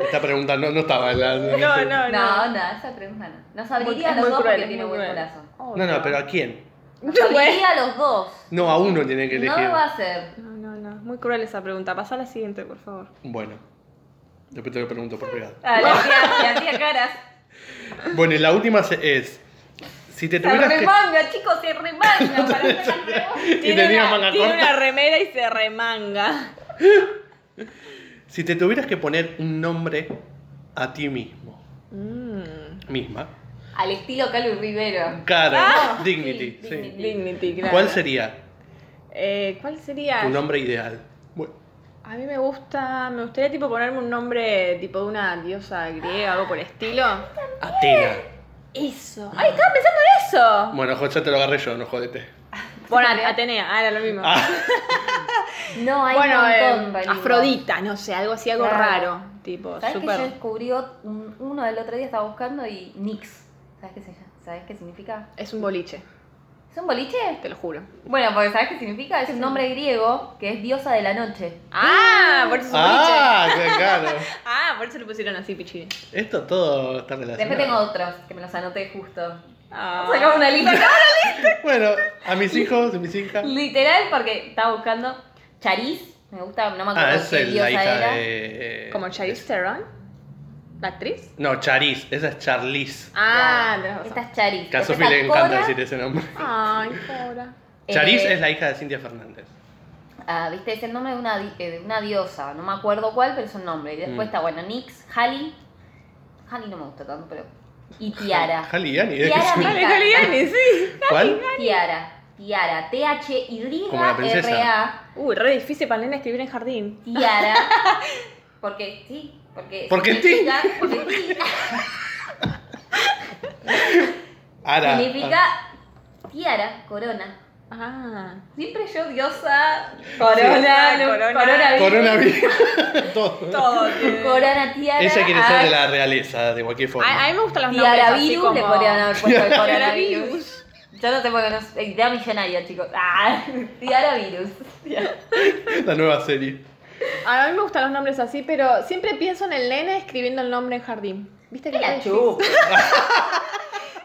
[SPEAKER 2] Esta pregunta no, no estaba en la.
[SPEAKER 1] No, no,
[SPEAKER 3] No,
[SPEAKER 1] no.
[SPEAKER 3] no, esa pregunta no. Nos
[SPEAKER 1] Muy-
[SPEAKER 3] abriría
[SPEAKER 1] es
[SPEAKER 3] a los
[SPEAKER 1] muy
[SPEAKER 3] dos
[SPEAKER 1] cruel,
[SPEAKER 3] porque
[SPEAKER 1] es
[SPEAKER 3] tiene
[SPEAKER 1] muy
[SPEAKER 3] buen
[SPEAKER 1] cruel.
[SPEAKER 3] corazón.
[SPEAKER 2] No, no, pero ¿a quién?
[SPEAKER 3] Nos
[SPEAKER 1] Yo, güey.
[SPEAKER 3] abriría a los dos.
[SPEAKER 2] No, a uno tiene que elegir.
[SPEAKER 3] No va a ser.
[SPEAKER 1] No, no, no. Muy cruel esa pregunta. Pasa a la siguiente, por favor.
[SPEAKER 2] Bueno, después te lo pregunto por privado.
[SPEAKER 3] Ah, le hacía- le hacía caras.
[SPEAKER 2] Bueno, y la última se- es. Si te
[SPEAKER 3] Se
[SPEAKER 2] tuvieras que.
[SPEAKER 3] remanga, chicos, se remanga para hacer las preguntas.
[SPEAKER 2] Y tenías manga
[SPEAKER 1] tiene
[SPEAKER 2] corta.
[SPEAKER 1] una remera y se remanga.
[SPEAKER 2] Si te tuvieras que poner un nombre a ti mismo,
[SPEAKER 1] Mm.
[SPEAKER 2] misma.
[SPEAKER 3] Al estilo Calu Rivero.
[SPEAKER 2] Cara,
[SPEAKER 1] Ah,
[SPEAKER 2] dignity.
[SPEAKER 3] sí,
[SPEAKER 2] sí.
[SPEAKER 3] dignity.
[SPEAKER 1] Dignity, claro.
[SPEAKER 2] ¿Cuál sería
[SPEAKER 1] Eh, ¿Cuál sería?
[SPEAKER 2] tu nombre ideal? Bueno,
[SPEAKER 1] A mí me gusta, me gustaría tipo ponerme un nombre tipo de una diosa griega, algo por el estilo.
[SPEAKER 2] Atena.
[SPEAKER 3] Eh.
[SPEAKER 1] Eso. Ay, estaba pensando en eso.
[SPEAKER 2] Bueno, jo- ya te lo agarré yo, no jodete.
[SPEAKER 1] Bueno, Atenea, ah, era lo mismo.
[SPEAKER 3] No, hay
[SPEAKER 1] bueno,
[SPEAKER 3] un
[SPEAKER 1] eh,
[SPEAKER 3] montón, Rodrigo.
[SPEAKER 1] Afrodita, no sé, algo así, algo
[SPEAKER 3] Claro.
[SPEAKER 1] raro. Tipo,
[SPEAKER 3] ¿Sabes que yo
[SPEAKER 1] súper.
[SPEAKER 3] descubrí ot- un- uno el otro día estaba buscando y Nix? ¿Sabes qué, se llama? ¿Sabes qué significa?
[SPEAKER 1] Es un boliche,
[SPEAKER 3] ¿Es un boliche?
[SPEAKER 1] te lo juro.
[SPEAKER 3] Bueno, porque ¿sabes qué significa? Es un nombre griego que es diosa de la noche.
[SPEAKER 1] Ah, por eso es un boliche.
[SPEAKER 2] ¡Ah! qué Claro.
[SPEAKER 1] Ah, por eso le pusieron así, pichín.
[SPEAKER 2] Esto todo está relacionado.
[SPEAKER 3] Después tengo otros que me los anoté justo.
[SPEAKER 1] Ah.
[SPEAKER 3] Sacaba una lista.
[SPEAKER 2] Bueno, a mis hijos, a mis hijas.
[SPEAKER 3] Literal, porque estaba buscando Charis. Me gusta, no me acuerdo
[SPEAKER 2] Ah, es
[SPEAKER 3] qué
[SPEAKER 2] el- la
[SPEAKER 3] diosa
[SPEAKER 2] hija
[SPEAKER 3] era.
[SPEAKER 2] de.
[SPEAKER 1] ¿Como Charlize Theron? ¿La actriz?
[SPEAKER 2] No, Charis, esa es Charliz.
[SPEAKER 1] Ah,
[SPEAKER 3] Claro.
[SPEAKER 1] tenés razón.
[SPEAKER 3] Esta es Charis.
[SPEAKER 2] Que a
[SPEAKER 3] Después
[SPEAKER 2] Sofi le
[SPEAKER 3] está
[SPEAKER 2] encanta
[SPEAKER 3] Cora.
[SPEAKER 2] decir ese nombre.
[SPEAKER 1] Ay, cobra.
[SPEAKER 3] Eh,
[SPEAKER 2] Charis es la hija de Cintia Fernández.
[SPEAKER 3] Ah, viste, es el nombre de una, di- eh, de una diosa, no me acuerdo cuál, pero es un nombre. Y después
[SPEAKER 2] Mm.
[SPEAKER 3] está, bueno, Nix, Halley. Halley no me gusta tanto, pero. Y Tiara.
[SPEAKER 2] Jaliani,
[SPEAKER 3] Tiara
[SPEAKER 2] ¿eh?
[SPEAKER 3] me-
[SPEAKER 1] Dale, Galiani, sí.
[SPEAKER 2] ¿Cuál?
[SPEAKER 3] Tiara. Tiara.
[SPEAKER 2] Como la princesa.
[SPEAKER 3] T-H-Y-R-A.
[SPEAKER 1] Uy, re difícil para el nene escribir en jardín.
[SPEAKER 3] Tiara. Porque sí. Porque,
[SPEAKER 2] Porque sí.
[SPEAKER 3] significa, Porque sí.
[SPEAKER 2] Ara.
[SPEAKER 3] significa tiara, corona.
[SPEAKER 1] Ah.
[SPEAKER 3] Siempre yo, diosa, corona,
[SPEAKER 1] Sí.
[SPEAKER 3] no-
[SPEAKER 1] Corona.
[SPEAKER 2] Ah,
[SPEAKER 3] coronavirus.
[SPEAKER 2] Coronavirus. Todo.
[SPEAKER 1] Todo.
[SPEAKER 3] Corona, tiara.
[SPEAKER 2] Ella quiere ser
[SPEAKER 3] ah,
[SPEAKER 2] de la realeza, de cualquier
[SPEAKER 1] A, a
[SPEAKER 2] forma.
[SPEAKER 1] mí me gustan los nombres
[SPEAKER 3] Tiara
[SPEAKER 1] así
[SPEAKER 3] virus
[SPEAKER 1] como...
[SPEAKER 3] le podrían haber puesto el coronavirus.
[SPEAKER 1] Coronavirus.
[SPEAKER 3] Yo no sé por qué no sé. eh, Idea millonaria, chicos. Ah, tiara virus.
[SPEAKER 2] La nueva serie.
[SPEAKER 1] A mí me gustan los nombres así, pero siempre pienso en el nene escribiendo el nombre en jardín. ¿Viste que es re difícil?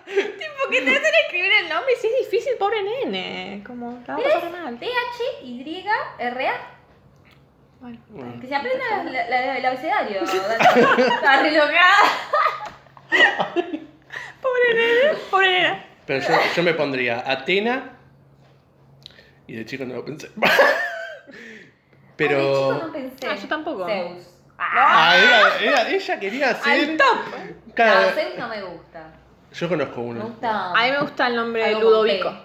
[SPEAKER 1] Tipo, que te hacen escribir el nombre y si es difícil, pobre nene. Como, la va a pasar mal.
[SPEAKER 3] T-H-Y-R-A.
[SPEAKER 1] Bueno,
[SPEAKER 3] Que se aprenda la- la- el abecedario. Está re loca.
[SPEAKER 1] Pobre nene, pobre nena.
[SPEAKER 2] Pero yo, yo me pondría Atena. Y de chico no lo pensé.
[SPEAKER 3] Ay, chico,
[SPEAKER 2] Pero.
[SPEAKER 3] no pensé.
[SPEAKER 1] Ah, yo tampoco.
[SPEAKER 3] Zeus.
[SPEAKER 2] Ah, era- era- ella quería
[SPEAKER 1] Al
[SPEAKER 2] ser.
[SPEAKER 1] top.
[SPEAKER 3] No,
[SPEAKER 1] Ah.
[SPEAKER 2] Cada-
[SPEAKER 3] Zeus no me gusta.
[SPEAKER 2] Yo conozco
[SPEAKER 3] Me
[SPEAKER 2] uno.
[SPEAKER 3] gusta.
[SPEAKER 1] A mí me gusta el nombre
[SPEAKER 3] algo con
[SPEAKER 1] Ludovico.
[SPEAKER 3] P.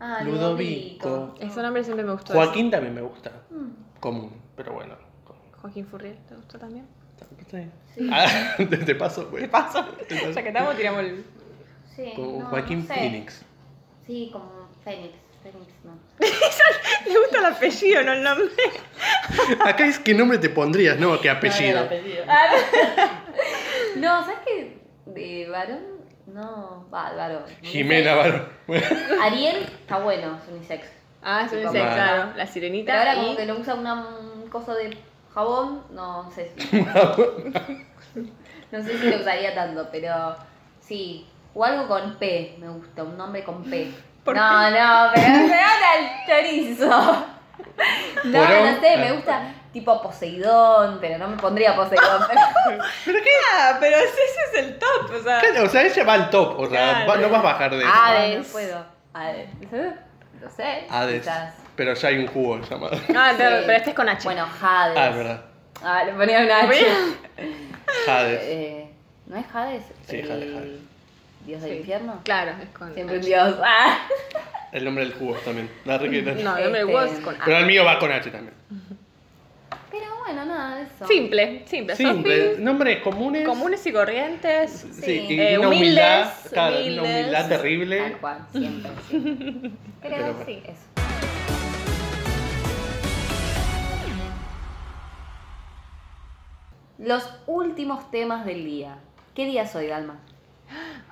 [SPEAKER 3] Ah,
[SPEAKER 2] Ludovico.
[SPEAKER 3] Ludovico.
[SPEAKER 1] Ese nombre siempre me gustó.
[SPEAKER 2] Joaquín también me gusta.
[SPEAKER 3] Mm,
[SPEAKER 2] Común, pero bueno.
[SPEAKER 1] Joaquín Furriel, ¿te gustó también?
[SPEAKER 3] Sí.
[SPEAKER 2] Ah, te, te paso, güey. Te
[SPEAKER 1] Ah,
[SPEAKER 2] paso.
[SPEAKER 1] Ya que estamos, tiramos el...
[SPEAKER 3] Sí,
[SPEAKER 2] Con
[SPEAKER 3] no, no
[SPEAKER 2] Joaquín
[SPEAKER 3] sé.
[SPEAKER 2] Phoenix.
[SPEAKER 3] Sí, como Fénix. Fénix, no.
[SPEAKER 1] Le gusta el apellido, no el nombre.
[SPEAKER 2] Acá es qué nombre te pondrías, no qué
[SPEAKER 4] No,
[SPEAKER 2] apellido.
[SPEAKER 4] el apellido.
[SPEAKER 3] Ah, no.
[SPEAKER 5] No, ¿sabes qué?
[SPEAKER 3] De varón, no, va, varón.
[SPEAKER 2] Jimena Barón. Bueno,
[SPEAKER 3] Ariel está bueno, es unisex.
[SPEAKER 1] Ah, es un
[SPEAKER 3] Tipo,
[SPEAKER 1] insecto,
[SPEAKER 2] Vale.
[SPEAKER 1] claro. La
[SPEAKER 3] Pero
[SPEAKER 1] sirenita.
[SPEAKER 3] ahora
[SPEAKER 1] y-
[SPEAKER 3] como que lo usa una mm, cosa de jabón, no sé si. no sé si lo usaría tanto, pero sí. O algo con P, me gusta, un nombre con P.
[SPEAKER 1] ¿Por
[SPEAKER 3] no, no, pero me gana el chorizo. No,
[SPEAKER 2] Porón.
[SPEAKER 3] no sé, me gusta tipo Poseidón, pero no me pondría Poseidón. Pero...
[SPEAKER 1] Ah, pero ese ese es el top, o sea.
[SPEAKER 2] o sea, ella va al top, o sea,
[SPEAKER 1] Claro.
[SPEAKER 2] va- no vas a bajar de eso.
[SPEAKER 1] Ah,
[SPEAKER 3] No, no
[SPEAKER 1] Hades.
[SPEAKER 3] puedo. Hades. No sé.
[SPEAKER 2] Hades. Ah,
[SPEAKER 3] quizás.
[SPEAKER 2] Pero ya hay un jugo llamado.
[SPEAKER 1] Ah, pero,
[SPEAKER 3] Sí.
[SPEAKER 1] pero este es con H.
[SPEAKER 3] Bueno, Hades.
[SPEAKER 2] Ah, es verdad.
[SPEAKER 3] Ah, le ponía una H.
[SPEAKER 2] Hades.
[SPEAKER 3] Eh, ¿No es Hades?
[SPEAKER 2] Sí,
[SPEAKER 3] El
[SPEAKER 2] Hades, Hades.
[SPEAKER 3] ¿Dios
[SPEAKER 1] Sí.
[SPEAKER 3] del infierno?
[SPEAKER 1] Claro, es con
[SPEAKER 3] Siempre un
[SPEAKER 1] H.
[SPEAKER 3] dios. Ah.
[SPEAKER 2] El nombre del jugo también. La requiere.
[SPEAKER 1] No, el nombre del
[SPEAKER 3] Este-
[SPEAKER 1] huevo es con
[SPEAKER 2] Pero
[SPEAKER 1] H.
[SPEAKER 2] el mío va con H también.
[SPEAKER 3] Pero bueno, nada de eso.
[SPEAKER 1] Simple, simple. Son
[SPEAKER 2] Simple. eh, Nombres comunes.
[SPEAKER 1] comunes y corrientes.
[SPEAKER 2] Sí,
[SPEAKER 3] Sí.
[SPEAKER 2] y
[SPEAKER 1] Eh,
[SPEAKER 2] una humildad.
[SPEAKER 1] humildes,
[SPEAKER 2] claro, Una
[SPEAKER 1] humildes.
[SPEAKER 2] humildad terrible.
[SPEAKER 3] Tal cual, siempre. siempre. Pero,
[SPEAKER 2] Pero bueno.
[SPEAKER 3] sí, eso. Los últimos temas del día. ¿Qué día es hoy, Dalma?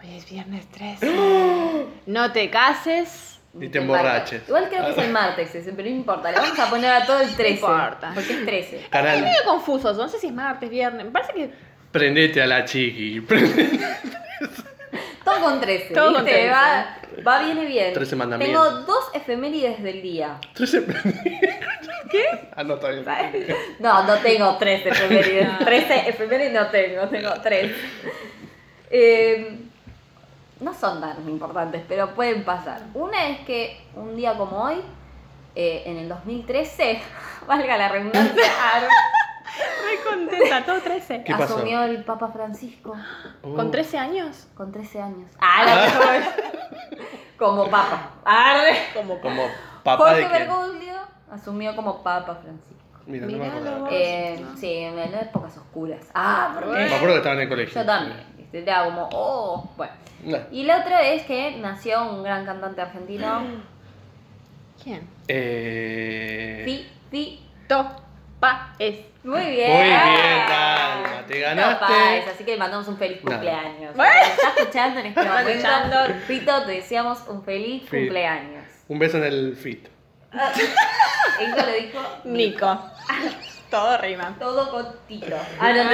[SPEAKER 1] Hoy es viernes 13. No te cases.
[SPEAKER 2] Y te emborraches. Ah.
[SPEAKER 3] Igual creo que es el martes ese, pero no importa. Le vamos a poner a todo el 13.
[SPEAKER 1] importa.
[SPEAKER 3] Porque es 13.
[SPEAKER 1] Es
[SPEAKER 2] Canal,
[SPEAKER 1] medio confuso, no sé si es martes, viernes. Me parece que
[SPEAKER 2] prendete a la chiqui. prendete.
[SPEAKER 3] Todo con 13.
[SPEAKER 1] Todo con
[SPEAKER 3] ¿viste?
[SPEAKER 1] 13.
[SPEAKER 3] Va, va, viene bien.
[SPEAKER 2] 13
[SPEAKER 3] Tengo
[SPEAKER 2] mandamientos.
[SPEAKER 3] dos efemérides del día.
[SPEAKER 2] Trece- ¿Qué? Ah, no, está bien.
[SPEAKER 3] No, no tengo tres efemérides. 13 efemérides no tengo, tengo tres. Eh, no son tan importantes, pero pueden pasar. Una es que un día como hoy, eh, en el 2013, valga la redundancia, ar-
[SPEAKER 1] estoy contenta, todo 13.
[SPEAKER 2] ¿Qué pasó?
[SPEAKER 3] asumió el Papa Francisco
[SPEAKER 2] Oh.
[SPEAKER 3] Uh.
[SPEAKER 1] ¿Con 13 años?
[SPEAKER 3] con 13 años. Ah, la- como Papa. Arre.
[SPEAKER 1] Como
[SPEAKER 2] Como papá
[SPEAKER 3] Jorge
[SPEAKER 2] de quién.
[SPEAKER 3] Bergoglio asumió como Papa Francisco.
[SPEAKER 2] Mira, no me
[SPEAKER 1] Miralo
[SPEAKER 2] acordaba.
[SPEAKER 1] vos.
[SPEAKER 3] Eh,
[SPEAKER 1] No.
[SPEAKER 3] Sí, en las épocas oscuras. Ah, ¿por
[SPEAKER 2] Me
[SPEAKER 3] qué?
[SPEAKER 2] acuerdo que estaba en el colegio.
[SPEAKER 3] Yo también. ¿viste? Era como, oh, bueno.
[SPEAKER 2] No.
[SPEAKER 3] Y la otra es que nació un gran cantante argentino,
[SPEAKER 1] ¿Quién?
[SPEAKER 2] Eh...
[SPEAKER 3] Pi, Pi.
[SPEAKER 1] Topa es.
[SPEAKER 3] Muy bien.
[SPEAKER 2] Muy bien, Dalma, te
[SPEAKER 3] No, pa, es
[SPEAKER 2] ganaste.
[SPEAKER 3] así que le mandamos un feliz
[SPEAKER 2] Nada.
[SPEAKER 3] cumpleaños.
[SPEAKER 1] Bueno.
[SPEAKER 3] Si nos Está escuchando en este
[SPEAKER 1] Está
[SPEAKER 3] momento. Pito, te deseamos un feliz
[SPEAKER 2] Sí.
[SPEAKER 3] cumpleaños.
[SPEAKER 2] Un beso en el fit.
[SPEAKER 3] Eso lo dijo
[SPEAKER 1] Nico. Todo rima.
[SPEAKER 3] todo con Tito. Ah, no, no,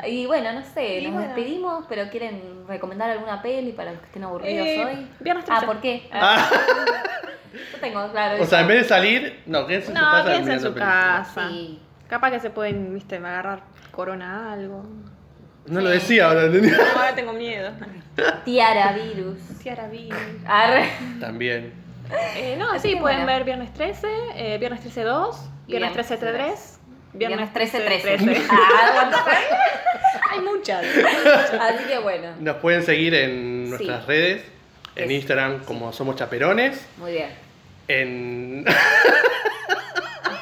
[SPEAKER 3] no. Y bueno, no sé,
[SPEAKER 1] Y
[SPEAKER 3] nos
[SPEAKER 1] bueno.
[SPEAKER 3] despedimos, pero quieren recomendar alguna peli para los que estén aburridos
[SPEAKER 1] Eh,
[SPEAKER 3] hoy.
[SPEAKER 1] Viernes
[SPEAKER 3] Ah,
[SPEAKER 1] 13.
[SPEAKER 3] ¿por qué? Ah. Yo tengo claro.
[SPEAKER 2] o sea, en
[SPEAKER 3] eso.
[SPEAKER 2] vez de salir, no, quédense en su
[SPEAKER 1] No,
[SPEAKER 2] casa.
[SPEAKER 1] quédense en
[SPEAKER 2] mirando
[SPEAKER 1] su
[SPEAKER 2] películas.
[SPEAKER 1] casa.
[SPEAKER 3] Sí.
[SPEAKER 1] Capaz que se pueden, viste, agarrar corona algo.
[SPEAKER 2] No lo decía ahora, ¿entendés?
[SPEAKER 1] Ahora tengo miedo.
[SPEAKER 3] Tiara virus.
[SPEAKER 1] Ciara vi.
[SPEAKER 3] Arre.
[SPEAKER 2] También.
[SPEAKER 1] Eh, no,
[SPEAKER 3] Así
[SPEAKER 1] sí,
[SPEAKER 3] que
[SPEAKER 1] pueden
[SPEAKER 3] bueno.
[SPEAKER 1] ver Viernes 13, eh, Viernes 13 2,
[SPEAKER 3] Y
[SPEAKER 1] Viernes
[SPEAKER 3] Viernes
[SPEAKER 1] 13 3 3,
[SPEAKER 3] Viernes 13 13.
[SPEAKER 1] 13.
[SPEAKER 3] Ah,
[SPEAKER 1] Hay muchas.
[SPEAKER 3] Así que bueno.
[SPEAKER 2] Nos pueden seguir en nuestras
[SPEAKER 3] Sí.
[SPEAKER 2] redes. En
[SPEAKER 3] Es-
[SPEAKER 2] Instagram como Somos Chaperones.
[SPEAKER 3] Muy bien.
[SPEAKER 2] En,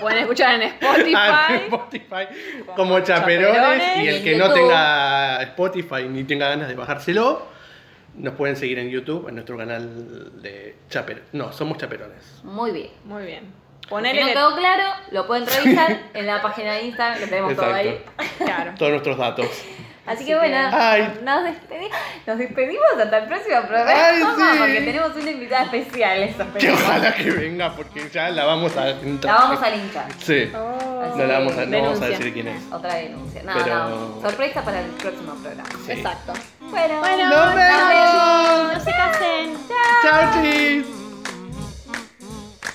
[SPEAKER 1] Pueden escuchar en Spotify.
[SPEAKER 2] Ah, en Spotify como Chaperones.
[SPEAKER 1] Chaperones.
[SPEAKER 2] Y
[SPEAKER 3] Y en
[SPEAKER 2] el que no
[SPEAKER 3] YouTube.
[SPEAKER 2] tenga Spotify ni tenga ganas de bajárselo, nos pueden seguir en YouTube, en nuestro canal de Chaperones. No, Somos Chaperones.
[SPEAKER 3] Muy bien.
[SPEAKER 1] Muy bien.
[SPEAKER 3] Si
[SPEAKER 1] Ponele
[SPEAKER 3] no
[SPEAKER 1] de-
[SPEAKER 3] quedó claro, lo pueden revisar en la página de Instagram que tenemos todo ahí.
[SPEAKER 2] Exacto.
[SPEAKER 1] Claro.
[SPEAKER 2] Todos nuestros datos.
[SPEAKER 3] Así
[SPEAKER 1] que-
[SPEAKER 3] que bueno,
[SPEAKER 2] Ay.
[SPEAKER 3] nos, despedi- nos despedimos hasta el próximo programa
[SPEAKER 2] Ay, sí.
[SPEAKER 3] porque tenemos una invitada especial. esa
[SPEAKER 2] Que
[SPEAKER 3] especial.
[SPEAKER 2] ojalá que venga, porque ya la vamos a
[SPEAKER 3] La vamos a linchar.
[SPEAKER 2] Sí.
[SPEAKER 1] Oh.
[SPEAKER 2] No, la vamos a, no vamos a
[SPEAKER 1] Denuncia.
[SPEAKER 2] decir quién es.
[SPEAKER 3] Otra denuncia. No,
[SPEAKER 2] Pero-
[SPEAKER 3] no. Sorpresa para el próximo programa.
[SPEAKER 2] Sí.
[SPEAKER 1] Exacto.
[SPEAKER 3] Bueno,
[SPEAKER 1] Bueno,
[SPEAKER 2] ¡Nos
[SPEAKER 1] nos
[SPEAKER 2] vemos!
[SPEAKER 1] vemos. No se casen.
[SPEAKER 2] ¡Chao, chis!